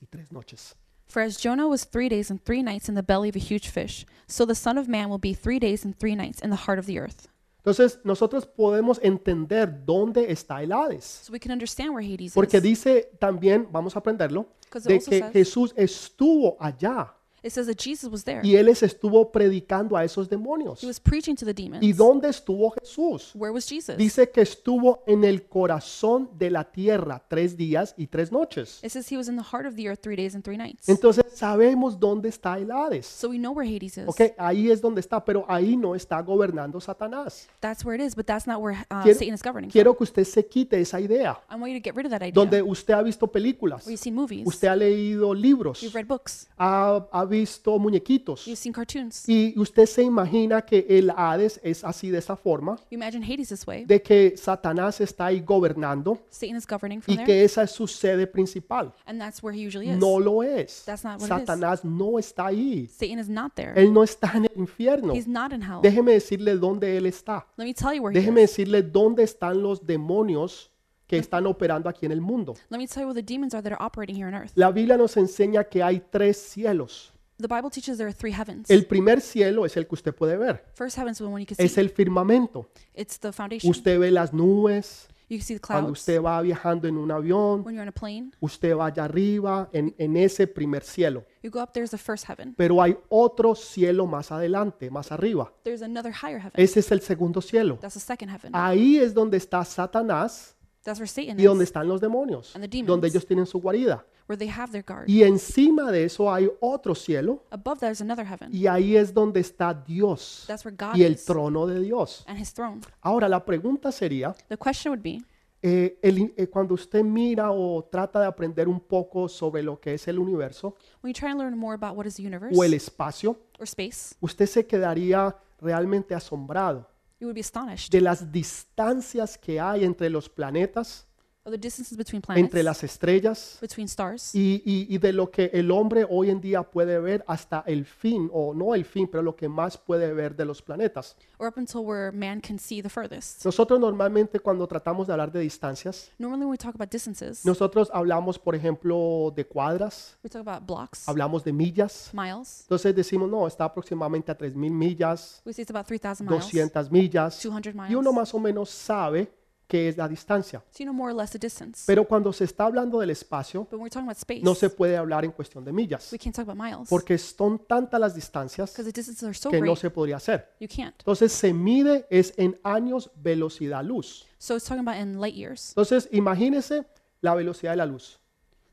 [SPEAKER 1] y tres noches.
[SPEAKER 2] for as Jonah was 3 days and 3 nights in the belly of a huge fish so the son of man will be 3 days and 3 nights in the heart of the earth
[SPEAKER 1] Entonces nosotros podemos entender dónde está el Hades.
[SPEAKER 2] so we can understand where Hades
[SPEAKER 1] Porque
[SPEAKER 2] is
[SPEAKER 1] dice también, vamos a aprenderlo,
[SPEAKER 2] Because it
[SPEAKER 1] de
[SPEAKER 2] also
[SPEAKER 1] que
[SPEAKER 2] says-
[SPEAKER 1] Jesús estuvo allá
[SPEAKER 2] it says that Jesus was there
[SPEAKER 1] y él les estuvo predicando a esos
[SPEAKER 2] He
[SPEAKER 1] demonios.
[SPEAKER 2] was preaching to the
[SPEAKER 1] ¿Y
[SPEAKER 2] demons.
[SPEAKER 1] dónde estuvo Jesús?
[SPEAKER 2] Where was Jesus?
[SPEAKER 1] Dice que estuvo en el corazón de la tierra tres días y tres noches.
[SPEAKER 2] It says he was in the heart of the earth three days and three nights.
[SPEAKER 1] Entonces sabemos dónde está el Hades.
[SPEAKER 2] So we know where Hades is.
[SPEAKER 1] Ok, ahí es donde está, pero ahí no está gobernando Satanás.
[SPEAKER 2] That's where it is, but that's not where uh,
[SPEAKER 1] Quiero-
[SPEAKER 2] Satan is governing.
[SPEAKER 1] Quiero que usted se quite esa idea.
[SPEAKER 2] I want you to get rid of that idea.
[SPEAKER 1] Donde usted ha visto películas,
[SPEAKER 2] where you've seen movies,
[SPEAKER 1] usted ha leído libros,
[SPEAKER 2] you've read books,
[SPEAKER 1] ha, ha visto muñequitos.
[SPEAKER 2] you've seen cartoons.
[SPEAKER 1] Y usted se imagina que el Hades es así de esa forma,
[SPEAKER 2] You imagine Hades this way.
[SPEAKER 1] de que Satanás está ahí gobernando
[SPEAKER 2] Satan is governing from
[SPEAKER 1] y
[SPEAKER 2] there,
[SPEAKER 1] que esa es su sede principal.
[SPEAKER 2] and that's where he usually is.
[SPEAKER 1] No lo es.
[SPEAKER 2] That's not what it is.
[SPEAKER 1] Satanás no está ahí.
[SPEAKER 2] Satan is not there.
[SPEAKER 1] Él no está en el infierno.
[SPEAKER 2] He's not in hell.
[SPEAKER 1] Déjeme decirle dónde él está.
[SPEAKER 2] Let me tell you where he
[SPEAKER 1] Déjeme
[SPEAKER 2] is.
[SPEAKER 1] decirle dónde están los demonios que están operando aquí en el mundo.
[SPEAKER 2] Let me tell you where the demons are that are operating here on earth.
[SPEAKER 1] La Biblia nos enseña que hay tres cielos.
[SPEAKER 2] The Bible teaches there are three heavens.
[SPEAKER 1] El primer cielo es el que usted puede ver.
[SPEAKER 2] First heaven's the one you can see.
[SPEAKER 1] Es el firmamento.
[SPEAKER 2] it's the foundation.
[SPEAKER 1] Usted ve las nubes,
[SPEAKER 2] you can see the
[SPEAKER 1] cuando
[SPEAKER 2] clouds.
[SPEAKER 1] usted va viajando en un avión,
[SPEAKER 2] When you're on a plane,
[SPEAKER 1] usted va allá arriba en, en ese primer cielo.
[SPEAKER 2] you go up, there's the first heaven.
[SPEAKER 1] Pero hay otro cielo más adelante, más arriba.
[SPEAKER 2] There's another higher heaven.
[SPEAKER 1] Ese es el segundo cielo.
[SPEAKER 2] That's the second heaven.
[SPEAKER 1] Ahí es donde está Satanás
[SPEAKER 2] That's where Satan
[SPEAKER 1] y donde
[SPEAKER 2] is,
[SPEAKER 1] están los demonios,
[SPEAKER 2] And the demons.
[SPEAKER 1] donde ellos tienen su guarida.
[SPEAKER 2] where where they have their guard.
[SPEAKER 1] Y encima de eso hay otro cielo
[SPEAKER 2] Above that is another heaven.
[SPEAKER 1] y ahí es donde está Dios
[SPEAKER 2] That's where God
[SPEAKER 1] y el
[SPEAKER 2] is
[SPEAKER 1] trono de Dios.
[SPEAKER 2] and his throne.
[SPEAKER 1] Ahora la pregunta sería,
[SPEAKER 2] The question would be
[SPEAKER 1] eh, el- eh, cuando usted mira o trata de aprender un poco sobre lo que es el universo
[SPEAKER 2] when you try and learn more about what is the universe
[SPEAKER 1] o el espacio,
[SPEAKER 2] or space,
[SPEAKER 1] usted se quedaría realmente asombrado
[SPEAKER 2] you would be astonished
[SPEAKER 1] de las distancias que hay entre los planetas,
[SPEAKER 2] of the distances between planets,
[SPEAKER 1] entre las estrellas
[SPEAKER 2] between stars,
[SPEAKER 1] y, y- y de lo que el hombre hoy en día puede ver hasta el fin, o no el fin, pero lo que más puede ver de los planetas.
[SPEAKER 2] or up until where man can see the furthest.
[SPEAKER 1] Nosotros normalmente cuando tratamos de hablar de distancias,
[SPEAKER 2] Normally, when we talk about distances,
[SPEAKER 1] nosotros hablamos, por ejemplo, de cuadras,
[SPEAKER 2] we talk about blocks,
[SPEAKER 1] hablamos de millas.
[SPEAKER 2] miles.
[SPEAKER 1] Entonces decimos, no, está aproximadamente a 3.000 millas,
[SPEAKER 2] We say it's about 3,000 miles,
[SPEAKER 1] 200 millas,
[SPEAKER 2] 200 miles.
[SPEAKER 1] y uno más o menos sabe qué es la distancia.
[SPEAKER 2] So you know more or less the distance.
[SPEAKER 1] Pero cuando se está hablando del espacio,
[SPEAKER 2] but when we're talking about space,
[SPEAKER 1] no se puede hablar en cuestión de millas,
[SPEAKER 2] we can't talk about miles because
[SPEAKER 1] porque son tantas las distancias
[SPEAKER 2] the distances are so
[SPEAKER 1] que
[SPEAKER 2] great,
[SPEAKER 1] no se podría hacer.
[SPEAKER 2] you can't.
[SPEAKER 1] Entonces se mide es en años velocidad luz.
[SPEAKER 2] So it's talking about in light years.
[SPEAKER 1] Entonces imagínese la velocidad de la luz.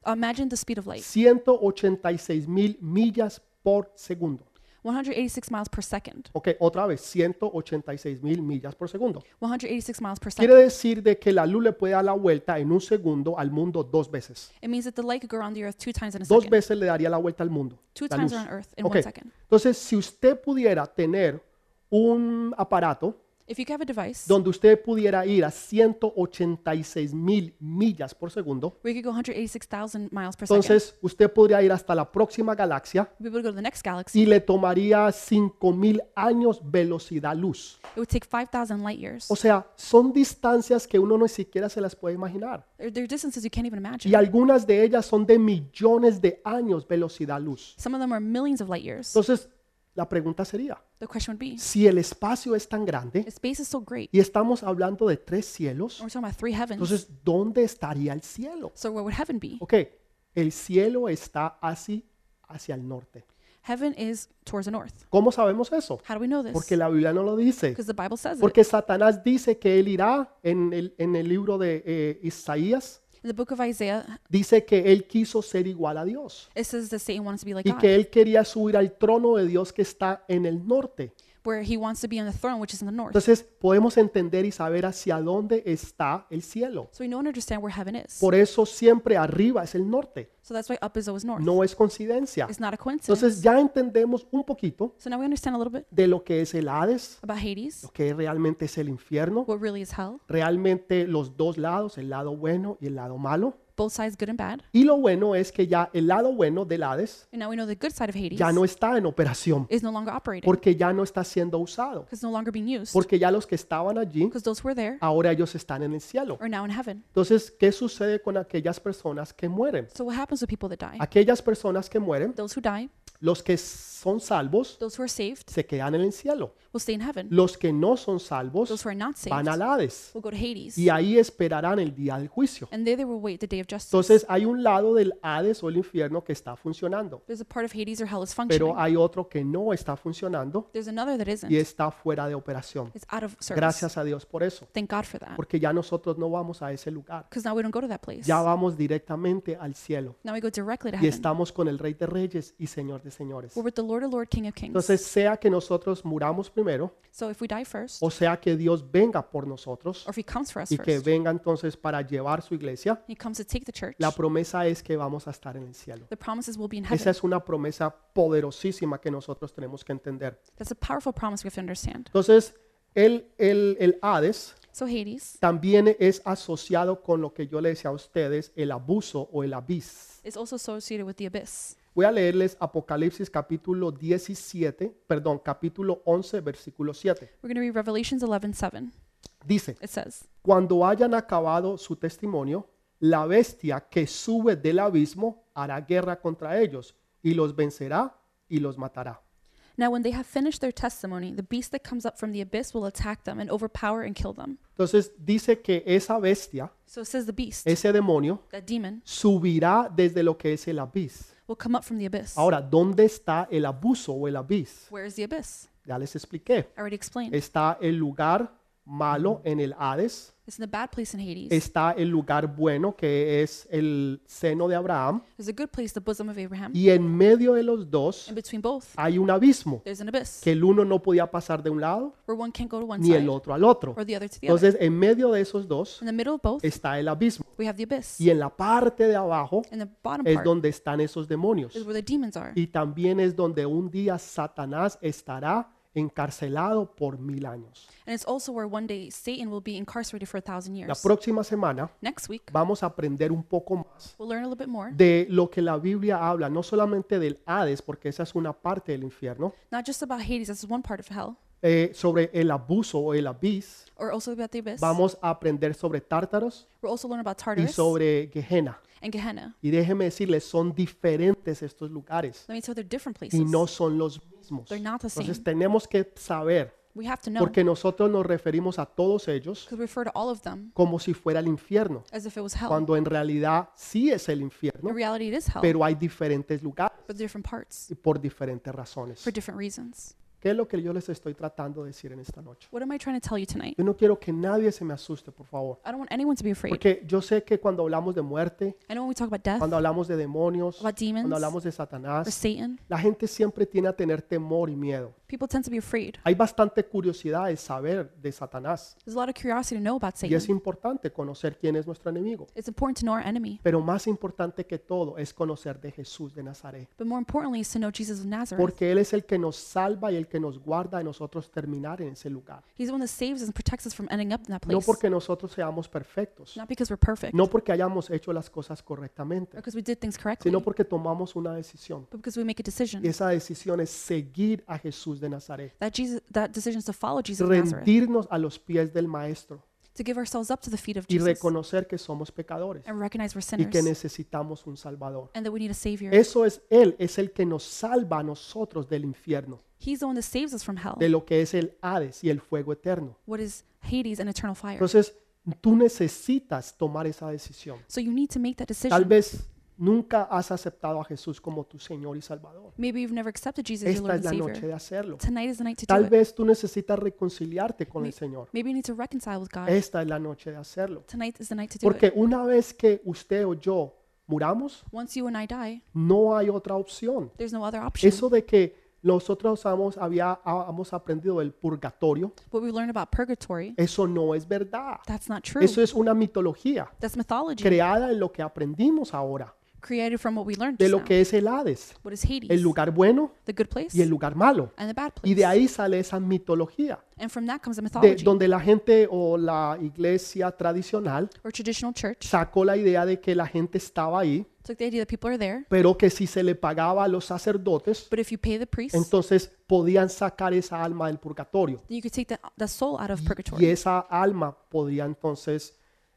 [SPEAKER 2] Imagine the speed of light,
[SPEAKER 1] 186 mil millas por segundo.
[SPEAKER 2] 186 miles per second.
[SPEAKER 1] Ok, otra vez, 186 mil millas por segundo.
[SPEAKER 2] 186 miles per
[SPEAKER 1] Quiere
[SPEAKER 2] second.
[SPEAKER 1] decir de que la luz le puede dar la vuelta en un segundo al mundo dos veces.
[SPEAKER 2] It means that the light could go around the Earth two times in a
[SPEAKER 1] Dos
[SPEAKER 2] second.
[SPEAKER 1] veces le daría la vuelta al mundo.
[SPEAKER 2] Two
[SPEAKER 1] la
[SPEAKER 2] times
[SPEAKER 1] luz.
[SPEAKER 2] around Earth in
[SPEAKER 1] Ok,
[SPEAKER 2] one second.
[SPEAKER 1] Entonces, si usted pudiera tener un aparato
[SPEAKER 2] If you could have a device
[SPEAKER 1] donde usted pudiera ir a 186 mil millas por segundo,
[SPEAKER 2] where you could go 186,000 miles per second,
[SPEAKER 1] entonces usted podría ir hasta la próxima galaxia
[SPEAKER 2] we would go to the next galaxy.
[SPEAKER 1] y le tomaría 5 mil años velocidad luz.
[SPEAKER 2] It would take 5,000 light years.
[SPEAKER 1] O sea, son distancias que uno ni siquiera se las puede imaginar.
[SPEAKER 2] There there are distances you can't even imagine.
[SPEAKER 1] Y algunas de ellas son de millones de años velocidad luz.
[SPEAKER 2] Some of them are millions of light years.
[SPEAKER 1] Entonces, la pregunta sería,
[SPEAKER 2] The question would be,
[SPEAKER 1] si el espacio es tan grande
[SPEAKER 2] if space is so great,
[SPEAKER 1] y estamos hablando de tres cielos,
[SPEAKER 2] and we're talking about three heavens,
[SPEAKER 1] entonces, ¿dónde estaría el cielo?
[SPEAKER 2] so where would heaven be?
[SPEAKER 1] Ok, el cielo está así hacia el norte.
[SPEAKER 2] Heaven is towards the north.
[SPEAKER 1] ¿Cómo sabemos eso?
[SPEAKER 2] How do we know this?
[SPEAKER 1] Porque la Biblia no lo dice.
[SPEAKER 2] Because the Bible says it.
[SPEAKER 1] Porque Satanás dice que él irá en el, en el libro de eh, Isaías,
[SPEAKER 2] In the book of Isaiah,
[SPEAKER 1] dice que él quiso ser igual a Dios
[SPEAKER 2] it says that Satan wants to be like
[SPEAKER 1] y
[SPEAKER 2] God,
[SPEAKER 1] que él quería subir al trono de Dios que está en el norte.
[SPEAKER 2] where he wants to be on the throne, which is in the north.
[SPEAKER 1] Entonces podemos entender y saber hacia dónde está el cielo.
[SPEAKER 2] So we know and understand where heaven is.
[SPEAKER 1] Por eso siempre arriba es el norte,
[SPEAKER 2] So that's why up is always north.
[SPEAKER 1] no es coincidencia.
[SPEAKER 2] It's not a coincidence.
[SPEAKER 1] Entonces ya entendemos un poquito
[SPEAKER 2] So now we understand a little bit
[SPEAKER 1] de lo que es el Hades,
[SPEAKER 2] about Hades,
[SPEAKER 1] lo que realmente es el infierno,
[SPEAKER 2] what really is hell,
[SPEAKER 1] realmente los dos lados, el lado bueno y el lado malo.
[SPEAKER 2] both sides good and bad.
[SPEAKER 1] Y lo bueno es que ya el lado bueno del Hades
[SPEAKER 2] And now we know the good side of Hades
[SPEAKER 1] ya no está en operación,
[SPEAKER 2] is no longer operating
[SPEAKER 1] porque ya no está siendo usado,
[SPEAKER 2] because it's no longer being used
[SPEAKER 1] porque ya los que estaban allí,
[SPEAKER 2] because those who were there
[SPEAKER 1] ahora ellos están en el cielo.
[SPEAKER 2] are now in heaven.
[SPEAKER 1] Entonces, ¿qué sucede con aquellas personas que mueren?
[SPEAKER 2] So what happens with people that die?
[SPEAKER 1] Aquellas personas que mueren,
[SPEAKER 2] Those who die,
[SPEAKER 1] los que son salvos
[SPEAKER 2] those who are saved,
[SPEAKER 1] se quedan en el cielo.
[SPEAKER 2] will stay in heaven.
[SPEAKER 1] Los que no son
[SPEAKER 2] Those
[SPEAKER 1] salvos
[SPEAKER 2] who are not
[SPEAKER 1] van
[SPEAKER 2] saved
[SPEAKER 1] al Hades
[SPEAKER 2] will go to Hades.
[SPEAKER 1] y ahí esperarán el día del juicio.
[SPEAKER 2] And there they will wait the day of justice.
[SPEAKER 1] Entonces, hay un lado del Hades o el infierno que está funcionando,
[SPEAKER 2] There's a part of Hades or hell is functioning.
[SPEAKER 1] pero hay otro que no está funcionando
[SPEAKER 2] There's another that isn't.
[SPEAKER 1] y está fuera de operación.
[SPEAKER 2] It's out of service.
[SPEAKER 1] Gracias a Dios por eso,
[SPEAKER 2] Thank God for that.
[SPEAKER 1] porque ya nosotros no vamos a ese lugar.
[SPEAKER 2] Because now we don't go to that place.
[SPEAKER 1] Ya vamos directamente al cielo
[SPEAKER 2] Now we go directly to
[SPEAKER 1] y
[SPEAKER 2] heaven.
[SPEAKER 1] estamos con el Rey de Reyes y Señor de Señores.
[SPEAKER 2] We're with the Lord of Lord, King of Kings.
[SPEAKER 1] Entonces, sea que nosotros muramos primero,
[SPEAKER 2] so if we die first,
[SPEAKER 1] o sea que Dios venga por nosotros
[SPEAKER 2] or if He comes for us
[SPEAKER 1] y que
[SPEAKER 2] first,
[SPEAKER 1] venga entonces para llevar su iglesia,
[SPEAKER 2] He comes to take the church,
[SPEAKER 1] la promesa es que vamos a estar en el cielo.
[SPEAKER 2] the promises will be in heaven.
[SPEAKER 1] Esa es una promesa poderosísima que nosotros tenemos que entender.
[SPEAKER 2] That's a powerful promise we have to understand.
[SPEAKER 1] Entonces, el, el, el Hades
[SPEAKER 2] So Hades
[SPEAKER 1] también es asociado con lo que yo le decía a ustedes, el abuso o el abis.
[SPEAKER 2] is also associated with the abyss.
[SPEAKER 1] Voy a leerles Apocalipsis capítulo 17, perdón, capítulo 11, versículo 7.
[SPEAKER 2] We're going to read Revelations 11:7.
[SPEAKER 1] Dice,
[SPEAKER 2] It says,
[SPEAKER 1] cuando hayan acabado su testimonio, la bestia que sube del abismo hará guerra contra ellos y los vencerá y los matará.
[SPEAKER 2] Now when they have finished their testimony, the beast that comes up from the abyss will attack them and overpower and kill them.
[SPEAKER 1] Entonces dice que esa bestia,
[SPEAKER 2] So it says the beast,
[SPEAKER 1] ese demonio,
[SPEAKER 2] that demon,
[SPEAKER 1] subirá desde lo que es el abismo.
[SPEAKER 2] will come up from the abyss.
[SPEAKER 1] Ahora, ¿dónde está el abuso o el abismo?
[SPEAKER 2] Where is the abyss?
[SPEAKER 1] Ya les expliqué.
[SPEAKER 2] I already explained.
[SPEAKER 1] Está el lugar malo en el Hades,
[SPEAKER 2] It's in the bad place in Hades.
[SPEAKER 1] está el lugar bueno que es el seno de Abraham,
[SPEAKER 2] There's a good place, the bosom of Abraham.
[SPEAKER 1] y en medio de los dos
[SPEAKER 2] And between both,
[SPEAKER 1] hay un abismo,
[SPEAKER 2] there's an abyss
[SPEAKER 1] que el uno no podía pasar de un lado
[SPEAKER 2] where one can't go to one
[SPEAKER 1] ni el
[SPEAKER 2] side
[SPEAKER 1] otro al otro.
[SPEAKER 2] or the other to the other.
[SPEAKER 1] Entonces, en medio de esos dos
[SPEAKER 2] In the middle of both,
[SPEAKER 1] está el abismo,
[SPEAKER 2] we have the abyss.
[SPEAKER 1] y en la parte de abajo
[SPEAKER 2] And the bottom
[SPEAKER 1] es
[SPEAKER 2] part
[SPEAKER 1] donde están esos demonios.
[SPEAKER 2] is where the demons are.
[SPEAKER 1] y también es donde un día Satanás estará encarcelado por mil años.
[SPEAKER 2] And it's also where one day Satan will be incarcerated for a thousand
[SPEAKER 1] La
[SPEAKER 2] years.
[SPEAKER 1] próxima semana
[SPEAKER 2] Next week,
[SPEAKER 1] vamos a aprender un poco más
[SPEAKER 2] we'll learn a little bit more,
[SPEAKER 1] de lo que la Biblia habla, no solamente del Hades, porque esa es una parte del infierno,
[SPEAKER 2] not just about Hades, that's one part of hell,
[SPEAKER 1] eh, sobre el abuso o el abis.
[SPEAKER 2] or also about the abyss.
[SPEAKER 1] Vamos a aprender sobre tártaros
[SPEAKER 2] We'll also learn about
[SPEAKER 1] y
[SPEAKER 2] Tartarus
[SPEAKER 1] sobre Gehenna.
[SPEAKER 2] and Gehenna.
[SPEAKER 1] Y déjeme decirles, son diferentes estos lugares
[SPEAKER 2] Let me tell you, they're different
[SPEAKER 1] y
[SPEAKER 2] places.
[SPEAKER 1] no son los mismos.
[SPEAKER 2] They're not the
[SPEAKER 1] Entonces
[SPEAKER 2] same.
[SPEAKER 1] tenemos que saber,
[SPEAKER 2] We have to know
[SPEAKER 1] porque nosotros nos referimos a todos ellos
[SPEAKER 2] because we refer to all of them
[SPEAKER 1] como si fuera el infierno,
[SPEAKER 2] as if it was hell.
[SPEAKER 1] cuando en realidad sí es el
[SPEAKER 2] In
[SPEAKER 1] infierno,
[SPEAKER 2] reality, it is hell,
[SPEAKER 1] pero hay diferentes lugares
[SPEAKER 2] but different parts
[SPEAKER 1] y por diferentes razones.
[SPEAKER 2] for different reasons.
[SPEAKER 1] ¿Qué es lo que yo les estoy tratando de decir en esta noche?
[SPEAKER 2] What am I trying to tell you tonight?
[SPEAKER 1] Yo no quiero que nadie se me asuste, por favor,
[SPEAKER 2] I don't want anyone to be afraid.
[SPEAKER 1] porque yo sé que cuando hablamos de muerte,
[SPEAKER 2] I know when we talk about death,
[SPEAKER 1] cuando hablamos de demonios,
[SPEAKER 2] about
[SPEAKER 1] cuando
[SPEAKER 2] demons, Pues
[SPEAKER 1] hablamos de
[SPEAKER 2] or
[SPEAKER 1] Satanás,
[SPEAKER 2] Satan,
[SPEAKER 1] la gente siempre tiene a tener temor y miedo.
[SPEAKER 2] people tend to be afraid.
[SPEAKER 1] Hay bastante curiosidad de saber de Satanás
[SPEAKER 2] There's a lot of curiosity to know about
[SPEAKER 1] y es
[SPEAKER 2] Satan.
[SPEAKER 1] importante conocer quién es nuestro enemigo,
[SPEAKER 2] It's important to know our enemy,
[SPEAKER 1] pero más importante que todo es conocer de Jesús de Nazaret.
[SPEAKER 2] but more importantly, is to know Jesus of Nazareth.
[SPEAKER 1] porque Él es el que nos salva y el que nos guarda de nosotros terminar en ese lugar.
[SPEAKER 2] He's the one that saves us and protects us from ending up in that
[SPEAKER 1] No
[SPEAKER 2] place.
[SPEAKER 1] porque nosotros seamos perfectos,
[SPEAKER 2] Not because we're perfect,
[SPEAKER 1] no
[SPEAKER 2] or
[SPEAKER 1] porque hayamos hecho las cosas correctamente,
[SPEAKER 2] because we did things correctly,
[SPEAKER 1] sino
[SPEAKER 2] but
[SPEAKER 1] porque tomamos una decisión.
[SPEAKER 2] because we make a decision.
[SPEAKER 1] Y esa decisión es seguir a Jesús de Nazaret,
[SPEAKER 2] That Jesus, that decision is to follow Jesus of Nazareth,
[SPEAKER 1] rendirnos a los pies del Maestro
[SPEAKER 2] to give ourselves up to the feet of
[SPEAKER 1] y
[SPEAKER 2] Jesus,
[SPEAKER 1] reconocer que somos pecadores
[SPEAKER 2] and recognize we're
[SPEAKER 1] y
[SPEAKER 2] sinners,
[SPEAKER 1] que necesitamos un Salvador.
[SPEAKER 2] and that we need a Savior.
[SPEAKER 1] Eso es Él, es el que nos salva a nosotros del infierno,
[SPEAKER 2] He's the one that saves us from hell,
[SPEAKER 1] de lo que es el Hades y el fuego eterno.
[SPEAKER 2] what is Hades and eternal fire.
[SPEAKER 1] Entonces, tú necesitas tomar esa decisión.
[SPEAKER 2] So you need to make that
[SPEAKER 1] Tal
[SPEAKER 2] decision.
[SPEAKER 1] vez nunca has aceptado a Jesús como tu Señor y Salvador.
[SPEAKER 2] Maybe you've never accepted Jesus as
[SPEAKER 1] Esta
[SPEAKER 2] your Lord
[SPEAKER 1] es
[SPEAKER 2] and
[SPEAKER 1] la noche
[SPEAKER 2] Savior.
[SPEAKER 1] de hacerlo.
[SPEAKER 2] Tonight is the night to
[SPEAKER 1] Tal
[SPEAKER 2] do it.
[SPEAKER 1] vez tú necesitas reconciliarte con el Señor.
[SPEAKER 2] Maybe you need to reconcile with God.
[SPEAKER 1] Esta es la noche de hacerlo.
[SPEAKER 2] Tonight is the night to do it.
[SPEAKER 1] Porque una vez que usted o yo muramos,
[SPEAKER 2] Once you and I die,
[SPEAKER 1] no hay otra opción.
[SPEAKER 2] there's no other option.
[SPEAKER 1] Eso de que nosotros hemos, había, hemos aprendido el purgatorio,
[SPEAKER 2] What we learned about purgatory,
[SPEAKER 1] eso no es verdad.
[SPEAKER 2] that's not true.
[SPEAKER 1] Eso es una mitología
[SPEAKER 2] That's mythology
[SPEAKER 1] creada en lo que aprendimos ahora,
[SPEAKER 2] created from what we learned
[SPEAKER 1] de
[SPEAKER 2] just
[SPEAKER 1] lo
[SPEAKER 2] now.
[SPEAKER 1] que es el Hades,
[SPEAKER 2] What is
[SPEAKER 1] el
[SPEAKER 2] Hades?
[SPEAKER 1] lugar bueno
[SPEAKER 2] The good place
[SPEAKER 1] y el lugar malo.
[SPEAKER 2] and the bad
[SPEAKER 1] Y de
[SPEAKER 2] place.
[SPEAKER 1] ahí sale esa mitología,
[SPEAKER 2] And from that comes the
[SPEAKER 1] de,
[SPEAKER 2] mythology
[SPEAKER 1] donde la gente o la iglesia tradicional
[SPEAKER 2] or traditional church.
[SPEAKER 1] sacó la idea de que la gente estaba ahí,
[SPEAKER 2] Took the idea that people are there,
[SPEAKER 1] pero que si se le pagaba a los sacerdotes,
[SPEAKER 2] but if you pay the priest, then
[SPEAKER 1] entonces podían sacar esa alma del purgatorio.
[SPEAKER 2] you could take that, that soul out of
[SPEAKER 1] Y
[SPEAKER 2] purgatory.
[SPEAKER 1] esa alma podía entonces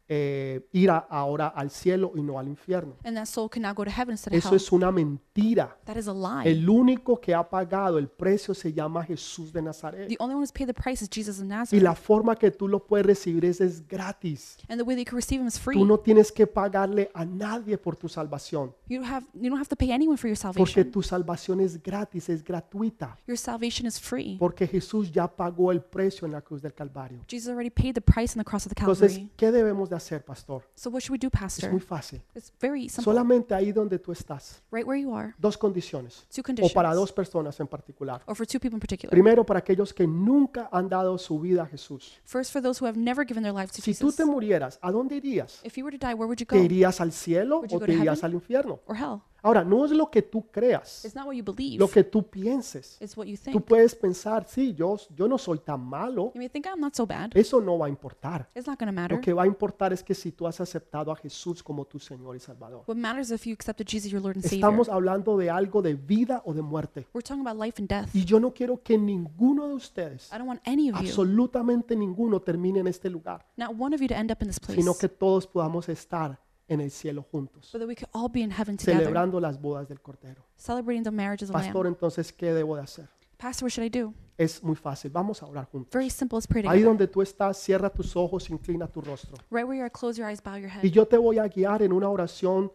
[SPEAKER 1] eh, ir a- ahora al cielo y no al infierno.
[SPEAKER 2] And that soul can now go to heaven instead of
[SPEAKER 1] Eso
[SPEAKER 2] hell.
[SPEAKER 1] es una mentira.
[SPEAKER 2] That is a lie.
[SPEAKER 1] El único que ha pagado el precio se llama Jesús de Nazaret.
[SPEAKER 2] The only one who's paid the price is Jesus of
[SPEAKER 1] Y
[SPEAKER 2] Nazareth.
[SPEAKER 1] la forma que tú lo puedes recibir es- es gratis.
[SPEAKER 2] And the way that you can receive him is free.
[SPEAKER 1] Tú no tienes que pagarle a nadie por tu salvación,
[SPEAKER 2] You don't have you don't have to pay anyone for your
[SPEAKER 1] porque
[SPEAKER 2] salvation.
[SPEAKER 1] tu salvación es gratis, es gratuita,
[SPEAKER 2] Your salvation is free.
[SPEAKER 1] porque Jesús ya pagó el precio en la cruz del Calvario.
[SPEAKER 2] Jesus already paid the price on the cross of the
[SPEAKER 1] Entonces,
[SPEAKER 2] Calvary.
[SPEAKER 1] ¿qué debemos de hacer, pastor?
[SPEAKER 2] So what should we do,
[SPEAKER 1] Es muy
[SPEAKER 2] Pastor?
[SPEAKER 1] fácil.
[SPEAKER 2] It's very simple.
[SPEAKER 1] Solamente ahí donde tú estás,
[SPEAKER 2] Right where you are.
[SPEAKER 1] dos condiciones,
[SPEAKER 2] Two
[SPEAKER 1] o para
[SPEAKER 2] conditions.
[SPEAKER 1] dos personas en particular.
[SPEAKER 2] Or for two people in particular.
[SPEAKER 1] Primero, para aquellos que nunca han dado su vida a Jesús.
[SPEAKER 2] First, for those who have never given their life to
[SPEAKER 1] Si tú
[SPEAKER 2] Jesus.
[SPEAKER 1] te murieras, ¿a dónde irías?
[SPEAKER 2] If you were to die, where would you
[SPEAKER 1] ¿Te
[SPEAKER 2] go?
[SPEAKER 1] irías al cielo
[SPEAKER 2] Would you
[SPEAKER 1] o
[SPEAKER 2] go
[SPEAKER 1] te
[SPEAKER 2] to
[SPEAKER 1] irías al
[SPEAKER 2] heaven?
[SPEAKER 1] infierno?
[SPEAKER 2] Or hell?
[SPEAKER 1] Ahora, no es lo que tú creas,
[SPEAKER 2] It's not what you believe.
[SPEAKER 1] lo que tú pienses.
[SPEAKER 2] It's what you
[SPEAKER 1] Tú
[SPEAKER 2] think.
[SPEAKER 1] puedes pensar, sí, yo, yo no soy tan malo.
[SPEAKER 2] You may think I'm not so bad.
[SPEAKER 1] Eso no va a importar.
[SPEAKER 2] It's not going to
[SPEAKER 1] Lo
[SPEAKER 2] matter.
[SPEAKER 1] que va a importar es que si tú has aceptado a Jesús como tu Señor y Salvador.
[SPEAKER 2] What matters is if you accepted Jesus your Lord and Savior.
[SPEAKER 1] Estamos hablando de algo de vida o de muerte.
[SPEAKER 2] We're talking about life and death.
[SPEAKER 1] Y yo no quiero que ninguno de ustedes,
[SPEAKER 2] I don't want any of you,
[SPEAKER 1] absolutamente ninguno, termine en este lugar,
[SPEAKER 2] not one of you, to end up in this place,
[SPEAKER 1] sino que todos podamos estar en el cielo juntos,
[SPEAKER 2] but that we could all be in heaven together.
[SPEAKER 1] celebrando las bodas del Cordero.
[SPEAKER 2] celebrating the marriage of the Lamb.
[SPEAKER 1] Pastor, entonces, ¿qué debo de hacer?
[SPEAKER 2] Pastor, what should I do?
[SPEAKER 1] Es muy fácil. Vamos a orar
[SPEAKER 2] Very
[SPEAKER 1] juntos.
[SPEAKER 2] simple. Let's pray
[SPEAKER 1] Ahí
[SPEAKER 2] together.
[SPEAKER 1] donde tú estás, cierra tus ojos, inclina tu rostro.
[SPEAKER 2] Right where you are, close your eyes, bow your
[SPEAKER 1] Y
[SPEAKER 2] head.
[SPEAKER 1] yo te voy a guiar en una oración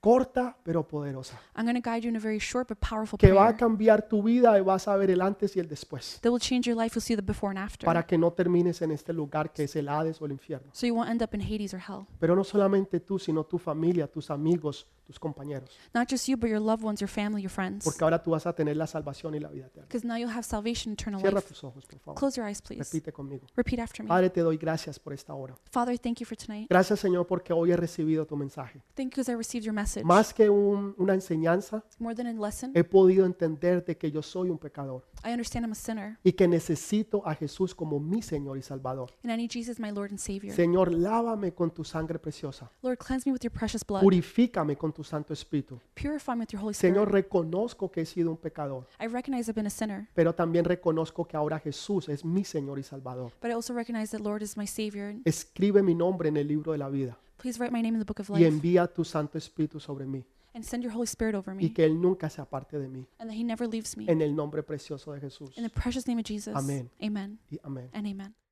[SPEAKER 1] corta pero poderosa
[SPEAKER 2] I'm going to guide you in a very short but powerful
[SPEAKER 1] que va
[SPEAKER 2] prayer
[SPEAKER 1] a cambiar tu vida y vas a ver el antes y el después
[SPEAKER 2] that will change your life. You'll see the before and after.
[SPEAKER 1] para que no termines en este lugar que es el Hades o el infierno.
[SPEAKER 2] So you won't end up in Hades or hell.
[SPEAKER 1] Pero no solamente tú, sino tu familia, tus amigos, tus compañeros,
[SPEAKER 2] Not just you, but your loved ones, your family, your friends.
[SPEAKER 1] porque ahora tú vas a tener la salvación y la vida eterna.
[SPEAKER 2] Because now you'll have salvation, eternal
[SPEAKER 1] Cierra
[SPEAKER 2] life.
[SPEAKER 1] tus ojos, por favor.
[SPEAKER 2] Close your eyes, please.
[SPEAKER 1] Repite conmigo.
[SPEAKER 2] Repeat after me.
[SPEAKER 1] Padre, te doy gracias por esta hora.
[SPEAKER 2] Father, thank you for tonight.
[SPEAKER 1] Gracias, Señor, porque hoy he recibido tu mensaje.
[SPEAKER 2] Thank you because I received your message.
[SPEAKER 1] Más que un- una enseñanza,
[SPEAKER 2] More than a lesson,
[SPEAKER 1] he podido entender de que yo soy un pecador
[SPEAKER 2] I understand I'm a sinner
[SPEAKER 1] y que necesito a Jesús como mi Señor y Salvador.
[SPEAKER 2] and I need Jesus, my Lord and Savior.
[SPEAKER 1] Señor, lávame con tu sangre preciosa.
[SPEAKER 2] Lord, cleanse me with your precious blood.
[SPEAKER 1] Purifícame con tu Santo Espíritu.
[SPEAKER 2] Purify me with your Holy Spirit.
[SPEAKER 1] Señor, reconozco que he sido un pecador,
[SPEAKER 2] I recognize I've been a sinner,
[SPEAKER 1] pero también reconozco que ahora Jesús es mi Señor y Salvador.
[SPEAKER 2] but I also recognize that Lord is my Savior.
[SPEAKER 1] E- Escribe mi nombre en el libro de la vida
[SPEAKER 2] Please write my name in the book of
[SPEAKER 1] y
[SPEAKER 2] life
[SPEAKER 1] envía tu Santo Espíritu sobre mí
[SPEAKER 2] and send your Holy Spirit over
[SPEAKER 1] y
[SPEAKER 2] me
[SPEAKER 1] que Él nunca se aparte de mí.
[SPEAKER 2] and that He never leaves me.
[SPEAKER 1] En el nombre precioso de Jesús.
[SPEAKER 2] In the precious name of Jesus.
[SPEAKER 1] Amén.
[SPEAKER 2] Amen
[SPEAKER 1] Y amén.
[SPEAKER 2] and amen.